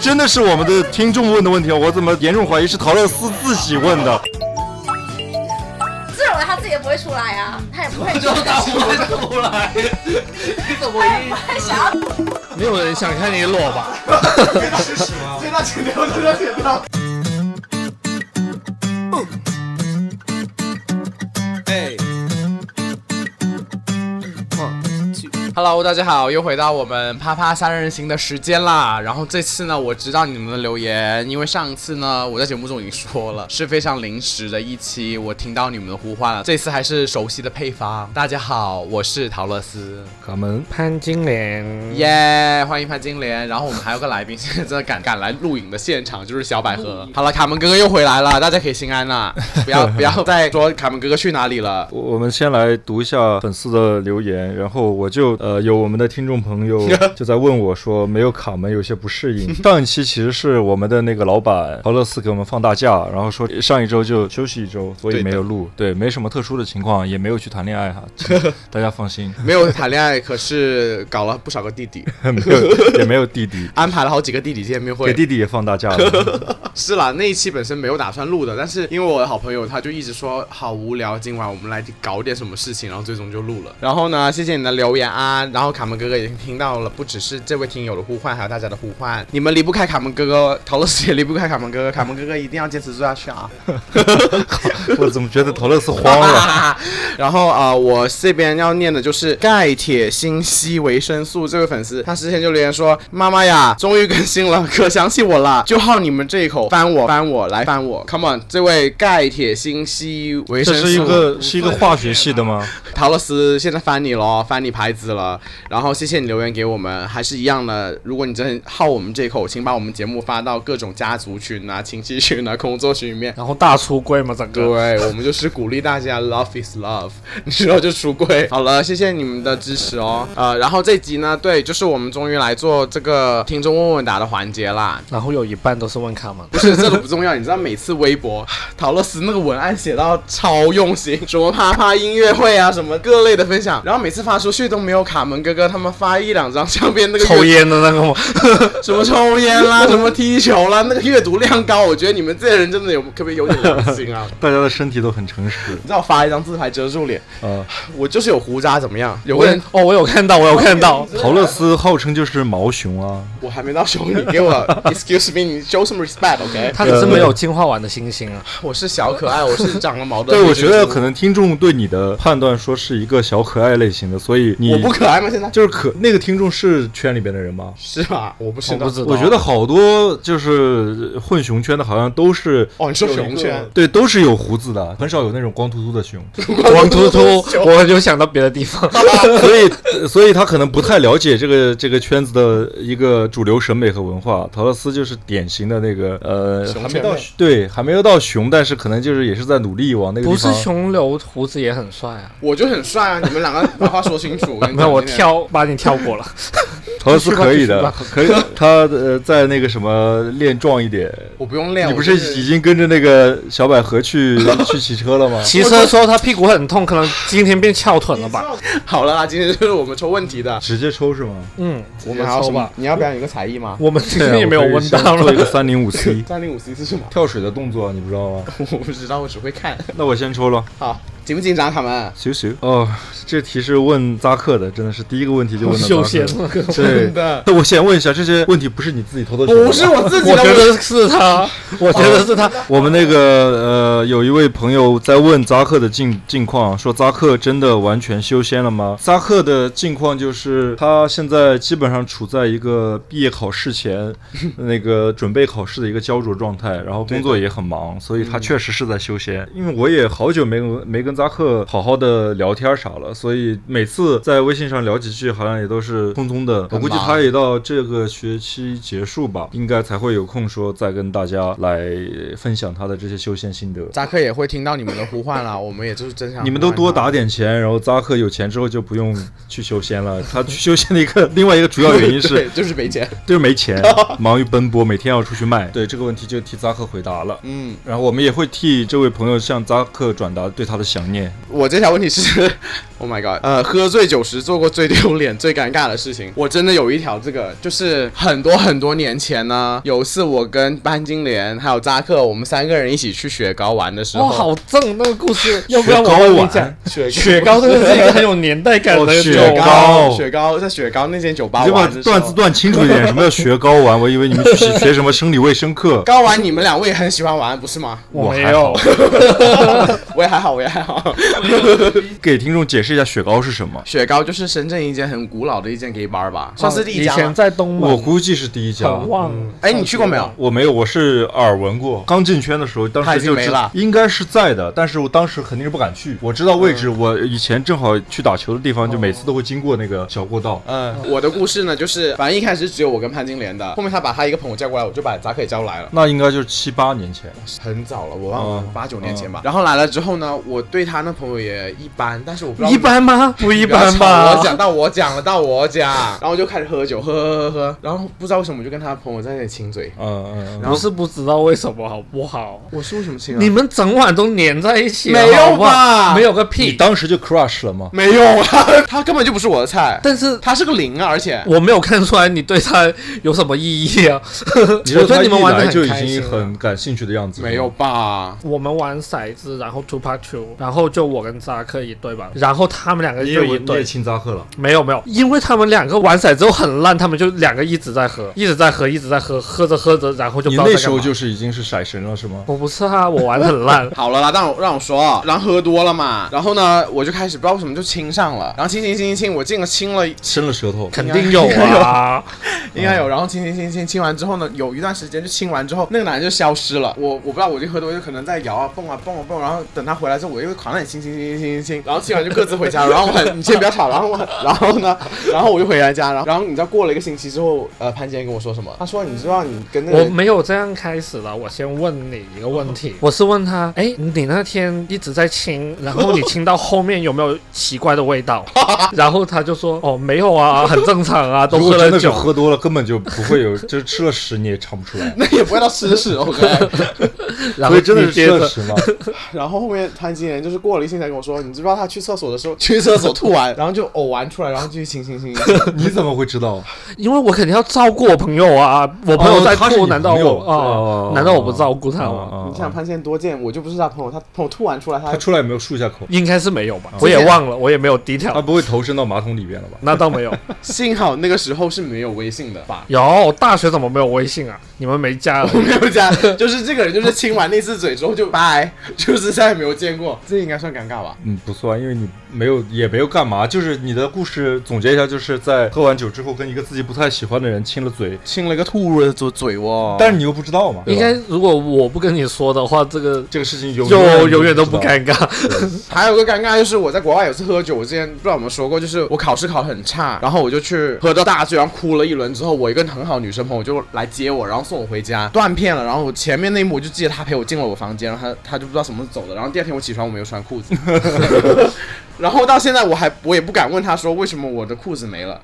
真的是我们的听众问的问题，我怎么严重怀疑是陶乐斯自己问的？自认为他自己也不会出来呀、他也不 会就打不会出 来，你怎么一太想要没有人想看你裸吧？这段剪掉，这段剪掉。 Hello，大家好，又回到我们啪啪三人行的时间啦。然后这次呢，我知道你们的留言，因为上次呢，我在节目中已经说了，是非常临时的一期，我听到你们的呼唤了。这次还是熟悉的配方。大家好，我是陶乐斯，我们潘金莲耶、欢迎潘金莲。然后我们还有个来宾，现在真的赶赶来录影的现场，就是小百合。好了，卡门哥哥又回来了，大家可以心安啦，不要不要再说卡门哥哥去哪里了。我我们先来读一下粉丝的留言，然后我就呃有我们的听众朋 友就在问我说没有卡门有些不适 应。上一期其实是我们的那个老板陶乐斯给我们放大假，然后说上一周就休息一周，所以对的没有录。对，没什么特殊的情况，也没有去谈恋爱 哈，大家放心，没有谈恋爱，可是搞了不少个弟弟，没有也没有弟 弟，安排了好几个弟弟见给面会。弟弟也放大假了。 是啦，那一期本身没有打算录的，但是因为我的好朋友他就一直说好无聊，今晚我们来搞点什么事情，然后最终就录了。然后呢，谢谢你的留言啊，然后卡门哥哥也听到了，不只是这位听友的呼唤，还有大家的呼唤，你们离不开卡门哥哥，陶乐斯也离不开卡门哥哥，卡门哥哥一定要坚持做下去啊！我怎么觉得陶乐斯慌了？ 然后啊、呃我这边要念的就是钙铁锌硒维生素这位粉丝，他之前就留言说：“妈妈呀，终于更新了，可想起我了，就好你们这一口，翻我翻我来翻我，Come on！” 这位钙铁锌硒维这生素，是一个是一个化学系的吗？陶乐斯现在翻你咯，翻你牌子了。然后谢谢你留言给我们，还是一样的。如果你真的好我们这一口，请把我们节目发到各种家族群啊、亲戚群啊、工作群里面。然后大出柜嘛，整个对，我们就是鼓励大家，love is love，你 知道就出柜。 好了，谢谢你们的支持哦。呃，然后这集呢，对，就是我们终于来做这个听众问问答的环节啦。 然后有一半都是问卡门。不是，这都不重要。你知道每次微博 陶乐斯那个文案写到超用心，什么啪啪音乐会啊，什么各类的分享，然后每次发出去都没有卡门哥哥他们发一两张相片那个抽阅烟的那个吗？ 什么抽烟 啦，什么踢球啦，那个阅读量高，我觉得你们这些人真的有可不可以有点良心啊？ 大家的身体都很诚实你知道我发一张自拍遮住脸，啊。我就是有胡渣，怎么样？有我个有人，哦，我有看到，我有看到。陶乐斯号称就是毛熊啊，我还没到熊， 你给我 excuse me，你 show some respect，OK？、他只是没有进化完的星星啊，我是小可爱，我是长了毛的。对，我觉得可能听众对你的判断说是一个小可爱类型的，所以你我不可爱吗？现在就是可那个听众是圈里边的人吗？是吧？我不知我道不。知道。我觉得好多就是混熊圈的，好像都是哦，你说熊圈？对，都是有胡子的，很少有那种光秃秃的熊，光秃秃，我就想到别的地方。 所以所以他可能不太了解这个这个圈子的一个主流审美和文化。陶乐斯就是典型的那个呃，熊还没圈到妹对，还没有到熊，但是可能就是也是在努力往那个地不方是熊留胡子也很帅啊。我就很帅啊！你们两个把话说清楚。我跟你没有，讲我今天跳把你跳过了。陶乐斯可以的继，可以。他呃，在那个什么练壮一点。我不用练。你不我是就已经跟着那个小百合 去去骑车了吗？骑车说他屁股很痛，可能今天变翘臀了吧？好了啦？今天就是我们抽问题的。直接抽是吗？嗯，我们还有什抽么吧？。你要表演一个才艺吗？我们今天也没啊有问到做一个了。三零五 C 三零五 C 是什么？ 跳水的动作，你不知 道吗？我不知道，我只会看。那我先抽了，好，紧不紧张？他们咻咻。哦，这题是问扎克的，真的是第一个问题就问 到休扎闲克。了，对真的，那我先问一下，这些问题不是你自己偷偷选的？不是。哦我自己我的觉问得题。是他，我觉得是他。 我们那个呃，有一位朋友在问扎克的近近况，说扎克真的完全修仙了吗？扎克的近况就是他现在基本上处在一个毕业考试前 那个准备考试的一个焦灼状态，然后工作也很忙，所以他确实是在修仙。因为我也好久没跟没跟扎克好好的聊天啥了，所以每次在微信上聊几句，好像也都是匆匆的。我估计忙他也到这个学期结束吧，应该才会有空说再跟大家来分享他的这些修仙心得。扎克也会听到你们的呼唤啦，我们也就是真想你们都多呼唤打点钱，然后扎克有钱之后就不用去修仙了。他去修仙的一个另外一个主要他。原因是 对，就是没钱。就是没钱，忙于奔波，每天要出去卖。对这个问题就替扎克回答了。嗯，然后我们也会替这位朋友向扎克转达对他的想想念。我这条问题是 ，Oh my god，呃，喝醉酒时做过最丢脸、最尴尬的事情，我真的有一条，这个就是很多很多年前呢，有一次我跟班金莲还有扎克，我们三个人一起去雪糕玩的时候，哇，好正那个故事，要不然我跟你讲，雪雪糕真的是一个很有年代感的酒雪雪糕糕，雪糕在雪糕那间酒吧你就把玩的时候段子断清楚一点，什么叫学高玩？我以为你们去学学什么生理卫生 课。高玩你们两位也很喜欢玩，不是吗？我没还好有，我也还好，我也还好。给听众解释一下雪糕是什么。雪糕就是深圳一间很古老的一间 gay bar 吧，算是第一哦以家前吗。在东我门，估计是第一家，很旺。哎，你去过没有？我没有，我是耳闻过。刚进圈的时候，当他时已经就没知了应该是在的，但是我当时肯定是不敢去。我知道位置，我以前正好去打球的地方，就每次都会经过那个小过道。嗯，我的故事呢，就是反正一开始只有我跟潘金莲的，后面他把他一个朋友叫过来，我就把扎克也叫来了。那应该就是七八年前，很早了，我忘了嗯八九年前吧。然后来了之后呢，我对他那朋友也一般，但是我不知道嗯一般吗？不一般吧。我讲到我讲了，到我讲，然后就开始喝酒，喝喝喝喝，然后不知道为什么我就跟他朋友在那里亲嘴。嗯嗯嗯，不是不知道为什么好不好？我是为什么亲啊？你们整晚都粘在一起了，啊没有好不好吧没有个你屁。当时就 crush 了吗？没有啊， 他根本就不是我的菜，但是他是个零啊，而且我没有看出来你对他有什么意义啊。你我说觉他得你们一玩的来就已开心经啊。很感兴趣的样子，没有吧？，我们玩骰子，然后 two p a two，然后就我跟扎克一队吧，然后他们两个你就也一你也队，亲扎克了。没有没有，因为他们两个玩骰子都很烂，他们就两个一直在喝，一直在喝，一直在喝，喝着喝着，然后就不你知道在那干时候嘛就是已经是骰神了是吗？我不是啊，我玩的很烂 好了啦，让我让我说，然后喝多了嘛，然后呢，我就开始不知道为什么就亲上了，然后亲亲亲亲亲，我进了亲了伸了舌头，肯定有啊。应该有，然后亲亲亲亲亲完之后呢，有一段时间就亲完之后，那个男人就消失了。我我不知道，我就喝多，就可能在摇啊蹦啊蹦啊蹦，然后等他回来之后，我又狂在那里亲亲亲亲亲亲，然后亲完就各自 回家了。然后我很，你先不要吵，然后我很，然后呢，然后我就回来家，然后然后你知道过了一个星期之后，呃，潘姐跟我说什么？他说你知道你跟那个我人没有这样开始的，我先问你一个问哦题，我是问他，哎，你那天一直在亲，然后你亲到后面有没有奇怪的味 道？然后他就说，哦，没有啊，很正常啊，都如喝果真了的是酒。喝多了，根本就不会有，就是吃了屎你也尝不出来 。那也不会到吃屎，OK。所然后以真的你是接吃着了。屎吗？然后后面潘金莲就是过了一星期才跟我说，你知不知道他去厕所的时候去厕所吐 完，然后就呕完出来，然后继续亲亲亲亲。 你怎么会知道？因为我肯定要照顾我朋友啊，我朋友在哦他是吐，你难道朋友我哦啊？难道我不照顾他哦吗？哦你想潘金莲多贱，我就不是他朋友，他朋友吐完出来，他他出来有没有漱一下口？应该是没有吧，我也忘了，我也没有低他调，不会头伸到马桶里边了吧？那倒没有。？幸好那个时候是没有微信的吧有大学怎么没有微信啊？你们没加了？我没有加，就是这个人就是亲完那次嘴之后就拜，就是再也没有见过，这应该算尴尬吧？嗯，不算，因为你没有，也没有干嘛，就是你的故事总结一下，就是在喝完酒之后跟一个自己不太喜欢的人亲了嘴，亲了个兔子的嘴哦但是你又不知道嘛，对应吧该如果我不跟你说的话，这个这个事情永就永远都不不知道。尴尬。还有个尴尬就是我在国外有次喝酒，我之前不知道有没有说过，就是我考试考得很差，然后我就去喝到大醉，然后哭了一轮之后，我一个很好的女生朋友就来接我，然后送我回家，断片了。然后我前面那一幕我就记得她陪我进了我房间，然后她她就不知道什么时候走的，然后第二天我起床我没有穿裤子，然后到现在我还我也不敢问她说为什么我的裤子没了，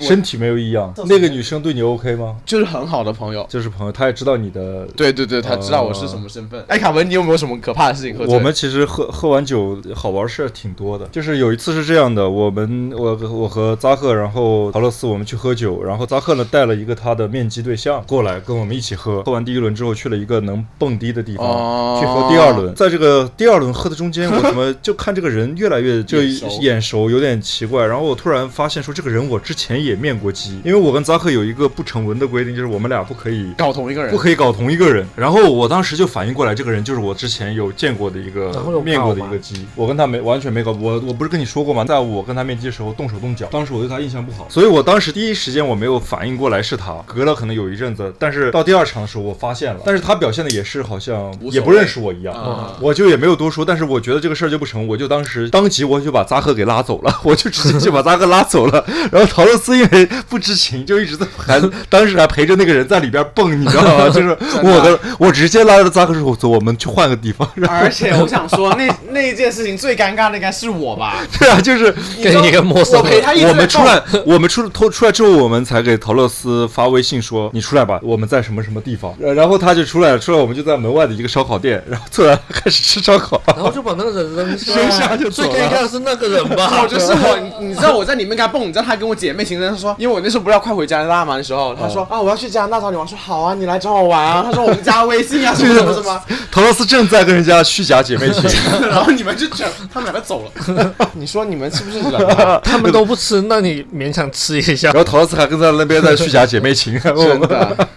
身体没有异样，那个女生对你 OK 吗？就是很好的朋友。就是朋友，她也知道你的对对对，她知道我是什 么身份。哎，卡文，你有没有什么可怕的事情喝醉？我们其实喝喝完酒好玩事儿挺多的，就是有一次是这样的，我们我我和扎克，然后陶乐斯我们去喝酒，然后扎克呢带了一个他的面基对象过来跟我们一起喝，喝完第一轮之后去了一个能蹦迪的地方、哦去喝第二轮，在这个第二轮喝的中间，我怎 么就看这个人越来越就眼熟眼熟，有点奇怪，然后我突然发现说这个人我之前也面过基，因为我跟扎克有一个不成文的规定，就是我们俩不可以搞同一个人 不，可以搞同一个人。然后我当时就反应过来，这个人就是我之前有见过的一个然后有面过的搞一吗个鸡，我跟他没完全没搞。我我不是跟你说过吗？在我跟他面基的时候动手动脚，当时我对他印象不好，所以我当时第一时间我没有反应过来是他。隔了可能有一阵子，但是到第二场的时候我发现了，但是他表现的也是好像无所谓也不认识我一样。啊我就也没有多说，但是我觉得这个事儿就不成，我就当时当即我就把扎克给拉走了， 我就直接就把扎克拉走了。 然后陶乐斯因为不知情，就一直在还 当时还陪着那个人在里边蹦，你知道 吗？就是我的，我直接拉着扎克说：“我走，我们去换个地方。” 然后而且我想说，那那一件事情最尴尬的应该是我吧？对啊，就是知道跟一个陌我生陪人，他一直我们在出动 来， 我们出偷出来之后，我们才给陶乐斯发微信说你出来吧，我们在什么什么地方。呃然后他就出来了，出来我们就在门外的一个烧烤店，然后突然开始吃烧烤。然后就把那个人扔下，扔下就走最了尴尬的是那个人吧？ 我哦就是我，你你知道我在里面跟他蹦，你知道他跟我姐妹情深，他说，因为我那时候不是要快回加拿大嘛，那时候他说、啊我要去加拿大找你玩，我说好啊，你来找我玩啊，他说我们加微信啊什么什么什么， 陶乐斯正在跟人家虚假姐妹情，然后你们就全他们两个走了，你说你们是不是人 啊？他们都不吃，那你勉强吃一 下然。后陶乐斯还跟在那边在虚假姐妹情。啊 真的，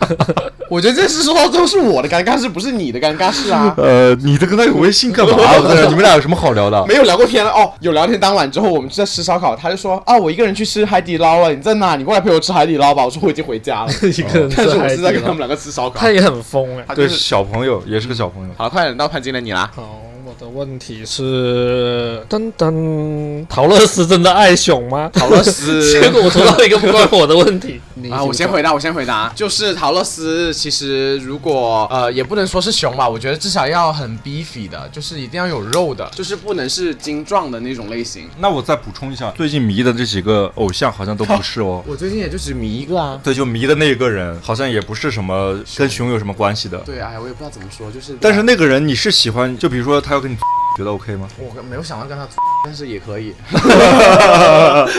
我觉得这是说到最后是我的尴尬事，不是你的尴尬事啊。呃，你的跟他有微信 干嘛？我在这你们俩有什么好聊的？没有聊过天了哦，有聊天。当晚之后，我们就在吃烧烤，他就说啊，我一个人去吃海底捞啊了，你在哪？你过来陪我吃海底捞吧。我说我已经回家了，一个人但是吃我海是底在跟他捞们，两个吃烧烤。他也很疯哎。他 就对，是小朋友也是个小朋友。好了，快点到潘金莲你啦。好，我的问题是，噔噔，陶乐斯真的爱熊吗？ 陶乐 斯结果我抽到一个不关我的问题啊，我先回答，我先回答，就是陶乐斯，其实如果呃，也不能说是熊吧，我觉得至少要很 beefy 的，就是一定要有肉的，就是不能是精壮的那种类型。那我再补充一下，最近迷的这几个偶像好像都不是哦。我最近也就只迷一个啊。 对，就迷的那个人好像也不是什么跟熊有什么关系的。对，哎，我也不知道怎么说，就是，但是那个人你是喜欢，就比如说他要跟你， 觉得 OK 吗？我没有想到跟他， 但是也可 以。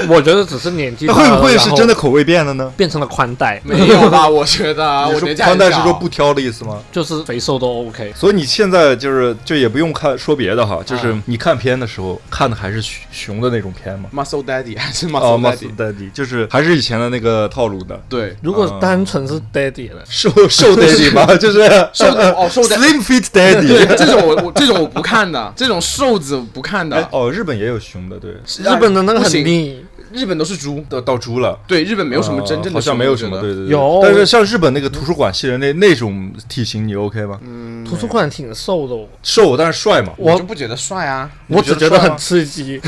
我觉得只是年纪那大会了，不会是真的然后口味变了呢？变成了宽带？没有吧？我觉得啊你我说年纪宽很带是小说不挑的意思吗？就是肥瘦都 OK。所以你现在就是就也不用看说别的哈，就是你看片的时候看的还是熊熊的那种片吗？ muscle daddy 还是哦 muscle，Muscle daddy？、Daddy，就是还是以前的那个套路的对，如果单纯是 daddy 了，瘦瘦 Daddy 吗？就是瘦子哦瘦 daddy Slim Fit 对 Daddy。这种 我我这种我不看的，这种瘦子不看的。哦，日本也有熊的，对，日本的那个啊不很行腻，日本都是猪，到到猪了。对，日本没有什么真正的、哦好像没有什嗯么，对。对对。有但是像日本那个图书馆系人那那种体型，你 OK 吗？图书馆挺瘦的哦，瘦但是帅嘛。我就不觉得帅啊，你我觉只得觉得帅吗很刺激。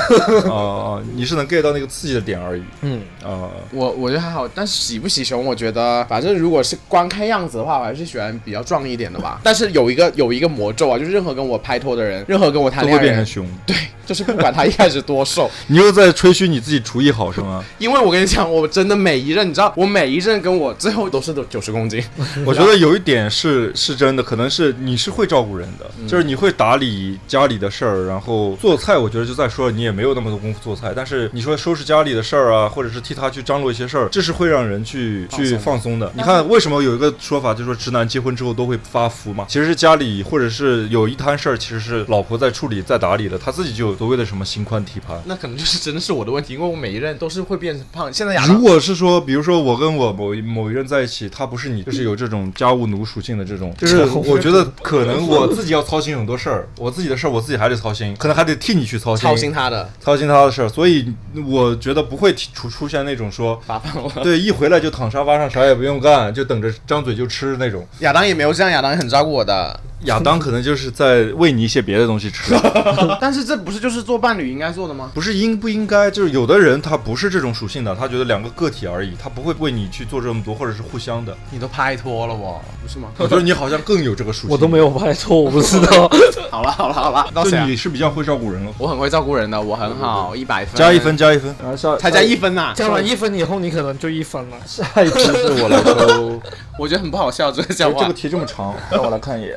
哦哦，你是能 get 到那个刺激的点而已。嗯，啊、我我觉得还好，但是喜不喜熊，我觉得反正如果是光看样子的话，我还是喜欢比较壮一点的 吧。但是有一个有一个魔咒啊，就是任何跟我拍拖的人，任何跟我谈都恋会爱的变成人，熊。对， 就是不管他一开始多瘦，你又在吹嘘你自己厨艺好是吗？因为我跟你讲，我真的每一任，你知道，我每一任跟我最后都是都九十公斤， 我觉得有一点是是真的，可能是你是会照顾人的，就是你会打理家里的事儿，然后做菜。我觉得就再说你也没有那么多功夫做菜，但是你说收拾家里的事儿啊，或者是替他去张罗一些事儿，这是会让人去去放松的。你看为什么有一个说法，就是说直男结婚之后都会发福嘛？其实是家里或者是有一摊事儿，其实是老婆在处理在打理的，他自己就有所谓的什么心宽体盘。那可能就是真的是我的问题，因为我每一任都是会变胖。现在亚如当，果是说，比如说我跟我某一某一人在一起，他不是你，就是有这种家务奴属性的这种，就是我觉得可能我自己要操心很多事儿，我自己的事儿我自己还得操心，可能还得替你去操心，操心他的，操心他的事儿，所以我觉得不会提出出现那种说。发胖了。对，一回来就躺沙发上，啥也不用干，就等着张嘴就吃那种。亚当也没有这样，亚当也很照顾我的。亚当可能就是在喂你一些别的东西吃，但是这不是就是做伴侣应该做的吗？不是应不应该，就是有的人他不是这种属性的，他觉得两个个体而已，他不会为你去做这么多，或者是互相的。你都拍拖了我，不是吗？ 我觉得你好像更有这个属性， 我都没有拍错，我不知 道。好了好了好了，到谁就啊？你是比较会照顾人了，我很会照顾人的，我很好，一百分，加一分，加一分。才加一分呐、加完一分以后，你可能就一分了。下一题是我来抽，我觉得很不好笑这个笑话。题哎这么长， 让我来看一眼。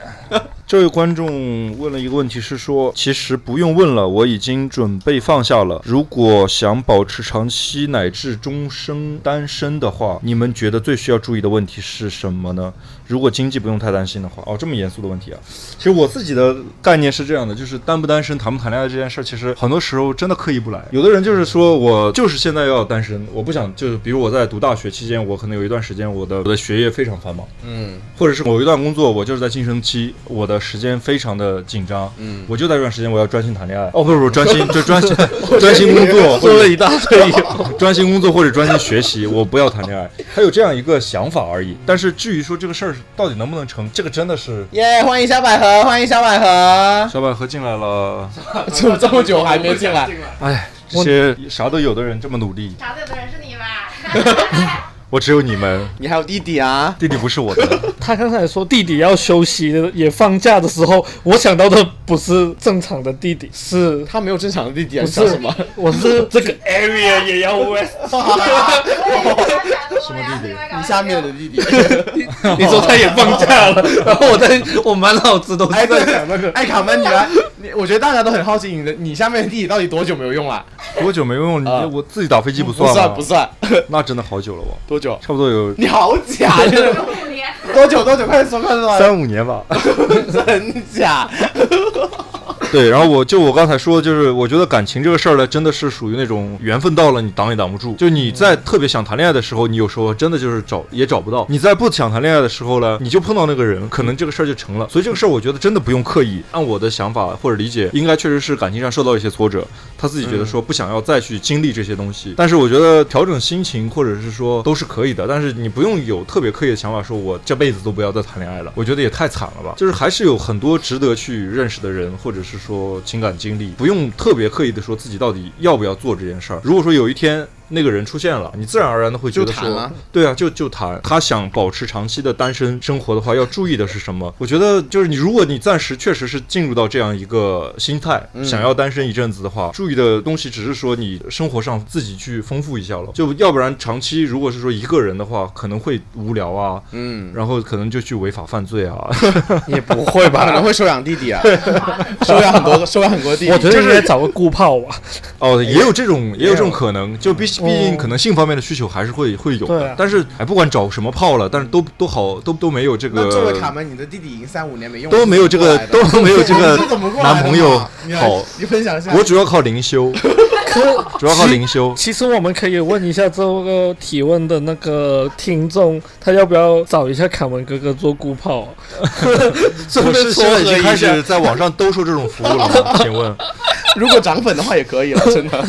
这位观众问了一个问题，是说其实不用问了，我已经准备放下了。如果想保持长期乃至终生单身的话，你们觉得最需要注意的问题是什么呢？如果经济不用太担心的话，哦，这么严肃的问题啊。其实我自己的概念是这样的，就是单不单身、谈不谈恋爱这件事儿，其实很多时候真的刻意不来。有的人就是说我就是现在要单身，我不想就是，比如我在读大学期间，我可能有一段时间我的我的学业非常繁忙，或者是某一段工作，我就是在晋升期，我的的时间非常的紧张，嗯我就在这段时间我要专心谈恋爱，哦不是不 是专心，就专心专心工作，或说了者一大堆， 专心工作或者专心学习，我不要谈恋爱，他有这样一个想法而已。但是至于说这个事儿到底能不能成，这个真的是耶欢迎小百合，欢迎小百合，小百合进来了，怎么这么久还没进来？哎，这些啥都有的人这么努力，答对的人是你吧？我只有你们， 你还有弟弟啊？弟弟不是我的， 他刚才说弟弟要休息也放假的时候，我想到的不是正常的弟弟，是他没有正常的弟弟啊？不你想是什么？？我是 这个 area 也要 west。什么弟弟？ 你下面的弟弟。你说他也放假 了，然后我在我满脑子都哎，是对在想那个，哎，卡门，你来，你我觉得大家都很好奇你的，你下面的弟弟到底多久没有用了？多久没用？你啊我自己打飞机不不算算吗不？算， 那真的好久了，我多久？差不多有你好假，就是五年，多久多久？快点说，快点说，三五年吧。真假？ 对，然后我就我刚才说，就是我觉得感情这个事儿呢，真的是属于那种缘分到了你挡也挡不住。就你在特别想谈恋爱的时候，你有时候真的就是找也找不到；你在不想谈恋爱的时候呢，你就碰到那个人，可能这个事儿就成了。所以这个事儿，我觉得真的不用刻意。按我的想法或者理解，应该确实是感情上受到一些挫折，他自己嗯觉得说不想要再去经历这些东西。但是我觉得调整心情或者是说都是可以的，但是你不用有特别刻意的想法，说我这辈子都不要再谈恋爱了。我觉得也太惨了吧，就是还是有很多值得去认识的人，或者是说情感经历，不用特别刻意的说自己到底要不要做这件事儿。如果说有一天。那个人出现了，你自然而然的会觉得就谈说了，对啊，就就谈。他想保持长期的单身生活的话，要注意的是什么？我觉得就是你，如果你暂时确实是进入到这样一个心态，想要单身一阵子的话，注意的东西只是说你生活上自己去丰富一下了，就要不然长期如果是说一个人的话，可能会无聊啊，嗯，然后可能就去违法犯罪啊。也不会可能吧？会收养弟弟 啊，收养很多个，收养很多弟弟。我觉得应该找个顾炮吧。哦，也有这种，也有这种可能，就毕毕竟可能性方面的需求还是会会有嗯哦对的啊，但是哎，不管找什么炮了，但是都都好，都都没有这那作为卡个。门，你的弟弟已经三五年没用了，都没有这个你是怎么过来的都没有这个 你是怎么过来的男朋友嘛你来好，你分享一下。我主要靠灵 修，可主要靠灵修。其实我们可以问一下这个提问的那个听众，他要不要找一下卡门哥哥做顾炮？啊我 顺便是说现在已经了开一下始，在网上兜售这种服务了吗？请问，如果涨粉的话也可 以了，真的。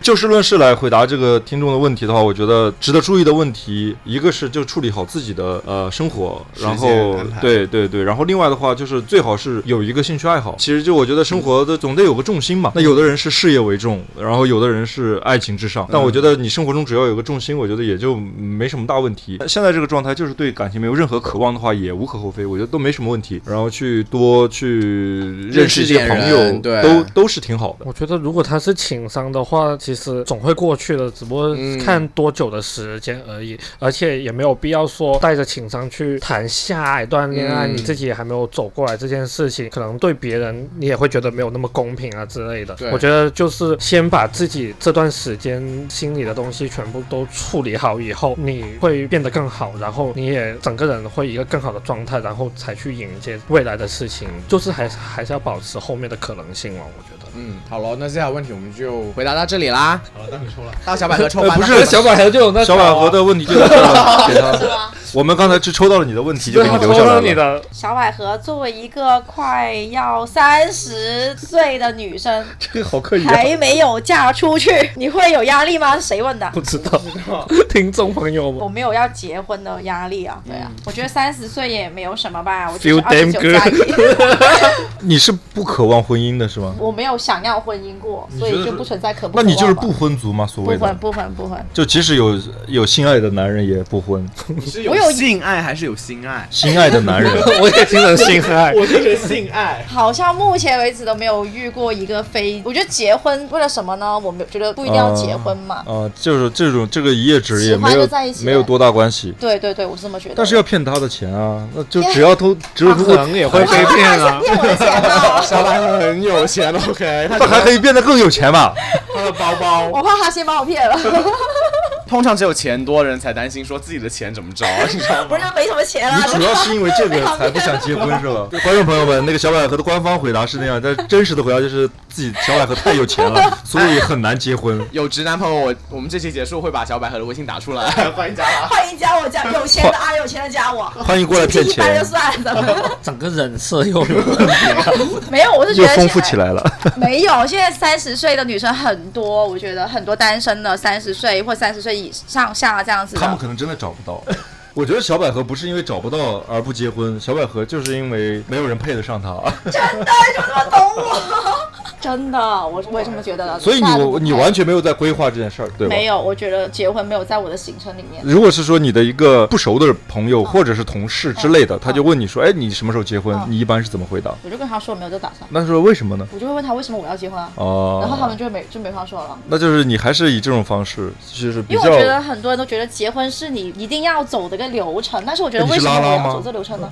就事论事来回答这个听众的问题的话，我觉得值得注意的问题，一个是就处理好自己的呃生活，时间然后安排对对对，然后另外的话就是最好是有一个兴趣爱好。其实就我觉得生活的总得有个重心嘛。那有的人是事业为重，然后有的人是爱情至上。但我觉得你生活中只要有个重心，我觉得也就没什么大问题。现在这个状态就是对感情没有任何渴望的话，也无可厚非，我觉得都没什么问题。然后去多去认识一些认识点朋人友，对都都是挺好的。我觉得如果他是情商的话，其实总会过去的，只不过嗯看多久的时间而已，而且也没有必要说带着情商去谈下一段恋爱，嗯你自己也还没有走过来这件事情，可能对别人你也会觉得没有那么公平啊之类的对。我觉得就是先把自己这段时间心里的东西全部都处理好以后，你会变得更好，然后你也整个人会一个更好的状态，然后才去迎接未来的事情，就是还是还是要保持后面的可能性嘛，我觉得。嗯，好了，那这条问题我们就回答到这里啦。好了，到小百合抽了，呃到不小百是合抽吧。那 小百合就有那啊小百合的问题就在这了，给他。 我们刚才只抽到了你的问题，就啊给你留下来你啊了。的，小百合作为一个快要三十岁的女生，这个好刻意啊。还没有嫁出去，你会有压力吗？是谁问的？不知道，听众 朋友我们，没有要结婚的压力啊，对啊，我觉得三十岁也没有什么吧，我就 Feel 是二十 damn 九加一，你是不渴望婚姻的是吗？我没有想要婚姻过，所以就不存在可不那可你望吧就是不婚族吗？所不谓婚的，不婚不婚，就即使有有心爱的男人也不 婚，你是我有性爱还是有性爱？心爱的男人我也听人心爱。我这个性爱。好像目前为止都没有遇过一个非，我觉得结婚为了什么呢？我们觉得不一定要结婚嘛，啊， 就是这种这个一夜职也没喜欢就有在一起呗没有多大关系，对对对，我是这么觉得。 但是要骗他的钱啊，那就只要偷，只有他通可过，能也会被骗啊，骗我的钱啊呢？小百合很有钱，OK，他 那还可以变得更有钱吧？他的包包，我怕他先把我骗了。 通常只有钱多人才担心说自己的钱怎么着，啊 你知道吗？不是就没什么钱你了？主要是因为这个才不想结婚是 吧？观众朋友们，那个小百合的官方回答是那样，但真实的回答就是自己小百合太有钱 了，所以很难结婚。有直男朋友，我我们这期结束会把小百合的微信 打出来，欢迎加啦。欢迎加我加有钱的啊，有钱的加我。欢迎过来骗一般就钱，算了， 整个人设又有问题了。 没有，我是觉又得丰现富在起来了。没有，现在三十岁的女生很多，我觉得很多单身的三十岁或三十岁以上下这样子他们的，可能真的找不 到。我觉得小百合不是因为找不到而不结婚，小百合就是因为没有人配得上 她。真的，我我也这么觉得的。所以大家都你不你配完全没有在规划这件事儿，对吧？没有，我觉得结婚没有在我的行程里面。如果是说你的一个不熟的朋嗯友或者是同事之类的，他就问你说：“哎，你什么时候结婚？”嗯你一般是怎么回答？我就跟他说我没有这个打算，那说为什么呢？我就会问他为什么我要结婚啊，然后他哦们，就没就没话说了。那就是你还是以这种方式，就是比因为较我觉得很多人都觉得结婚是你一定要走的一个流程，但是我觉得那为你是什么拉我拉要吗走这流程呢？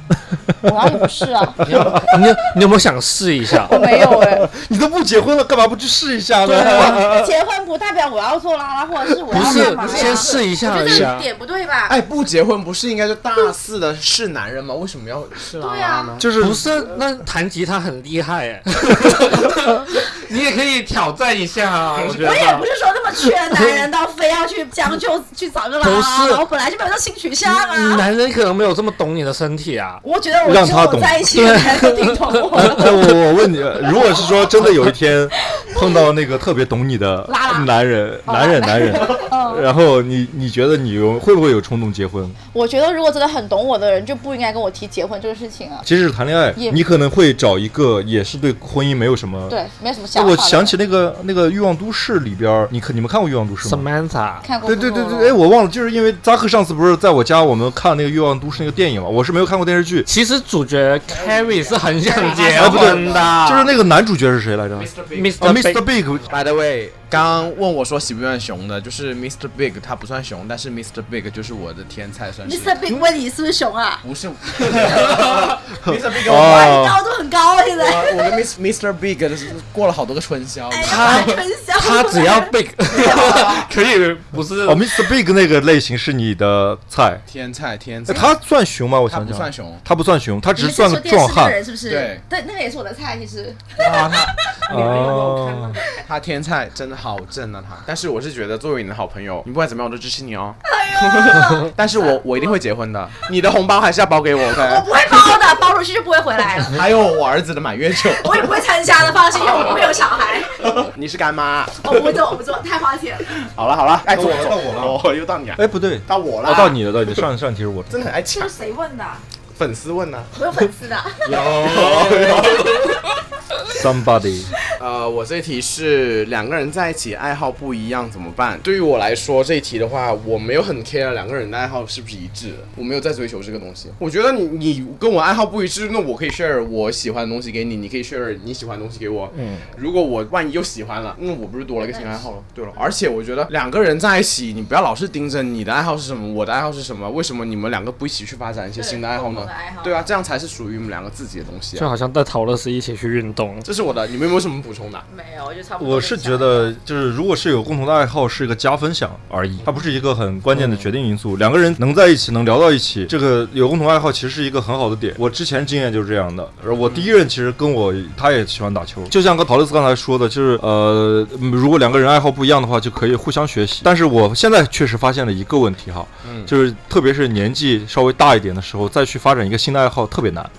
我哪里不是啊？你有你有你有没有想试一下？我没有哎、你都不结婚了，干嘛不去试一下呢？啊结婚不代表我要做拉拉，或者是我 不要干是嘛，呀？先试一下我而觉已得啊这。点不对吧？ 哎，不结婚不是应该就大四的是男人吗？为什么要是拉对拉啊呢？就是不是，那弹吉他很厉害 哎，你也可以挑战一下啊， 我觉我也不得。是说那么缺男人到非要去将就去找个拉不拉，是然后本来就没有这性取向啊。男人可能没有这么懂你的身体啊，我觉得我嗯让只他有懂在 一起的才能顶懂我了。哎，我我问你，如果是说真的有一天碰到那个特别懂你的拉拉嗯男人，男 人，男人，然后你你觉得你有会不会有冲动结婚？我觉得如果真的很懂我的人，就不应该跟我提结婚这个事情啊。即使谈恋爱也，你可能会找一个也是对婚姻没有什么。对，没有什么哎想法的我人。想起那个那个《欲望都市》里边儿，你看你们看过《欲望都市》吗？ Samantha，看过对很对多对了，对，哎，我忘了，就是因为扎克上次不是在我家我们看那个《欲望都市》那个电影嘛，我是没有看过电视剧，其实主角 Carrie 是很想结啊不对婚的，就是那个男主角是谁来着？啊 Mr. Big ，Mr. Big，啊 By the way，刚刚问我说喜不喜欢熊的，就是 Mr. Big，他不算熊，但是 Mr. Big 就是我的天菜，算是。 Mr. Big 问你是不是熊啊？ 不是，Mr. Big，我哇，你哦，高度很高啊，现在。我跟 Miss Mr. Big 过了好多个春宵。哎你呀，真香他只要 Big 可以不是哦，Mr. Big 那个类型是你的菜。天菜，天哎菜，他算熊吗？我他想不想，算，熊，他不算熊，他你只们是算说个电视壮那个汉。人是不是？对那个也是我的菜，其实。啊哦，他天菜真的好正啊他。但是我是觉得作为你的好朋友，你不管怎么样我都支持你哦。哎但是我我一定会结婚的，你的红包还是要包给我我 OK。不会包的，包出去就不会回来了。 还有我儿子的满月酒，我也不会参加的，放心，因为我不会有小孩。 你是干妈。哦我不做，我不做，太花钱了。好了好了，哎，到走我了走到我了哦，又到你了，哎，不对，到我了，哦，到，你了，到你了，上上题是我的。 真的很爱抢这是谁问的？粉丝问啊呢。我有粉丝 的。哦 Somebody，呃，我这题是两个人在一起爱好不一样怎么办？对于我来说，这一题的话，我没有很 care 两个人的爱好是不是一致的，我没有在追求这个东西。我觉得你你跟我爱好不一致，那我可以 share 我喜欢的东西给你，你可以 share 你喜欢的东西给我。嗯，如果我万一又喜欢了，那我不是多了一个新爱好了？对了，而且我觉得两个人在一起，你不要老是盯着你的爱好是什么，我的爱好是什么，为什么你们两个不一起去发展一些对新的爱好共同呢的爱好？对啊，这样才是属于你们两个自己的东西、 就啊。好像在陶乐斯一起去运动，这是我的，你们有没有什么补充的？没有，我就差不多。我是觉得就是如果是有共同的爱好，是一个加分项而嗯已，它不是一个很关键的决定因素。两个人能在一起，能聊到一起，这个有共同爱好其实是一个很好的点。我之前经验就是这样的。而我第一任其实跟我他也喜欢打球，就像跟陶乐斯刚才说的，就是呃，嗯如果两个人爱好不一样的话，就可以互相学习。但是我现在确实发现了一个问题哈，嗯就是特别是年纪稍微大一点的时候，再去发展一个新的爱好特别难。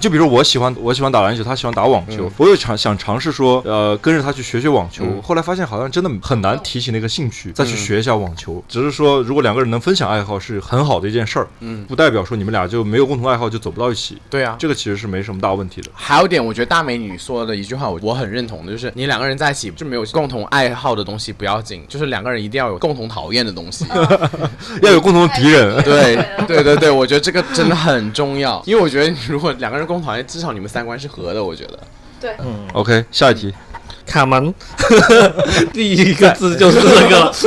就比如我喜欢我喜欢打篮球，他喜欢打网球，我有尝想尝试说，呃，跟着他去学学网球，后来发现好像真的很难提起那个兴趣，再去学一下网球。只是说，如果两个人能分享爱好是很好的一件事儿，嗯不代表说你们俩就没有共同爱好就走不到一起，对啊，这个其实是没什么大问题的。还有一点，我觉得大美女说的一句话，我我很认同的，就是你两个人在一起就没有共同爱好的东西不要紧，就是两个人一定要有共同讨厌的东西。要有共同的敌人， 对 对对对，我觉得这个真的很重要，因为我觉得如果两个人共同讨厌，至少你们三观是合的。我觉得 OK，下一题， 卡门，第一个字就是这个了。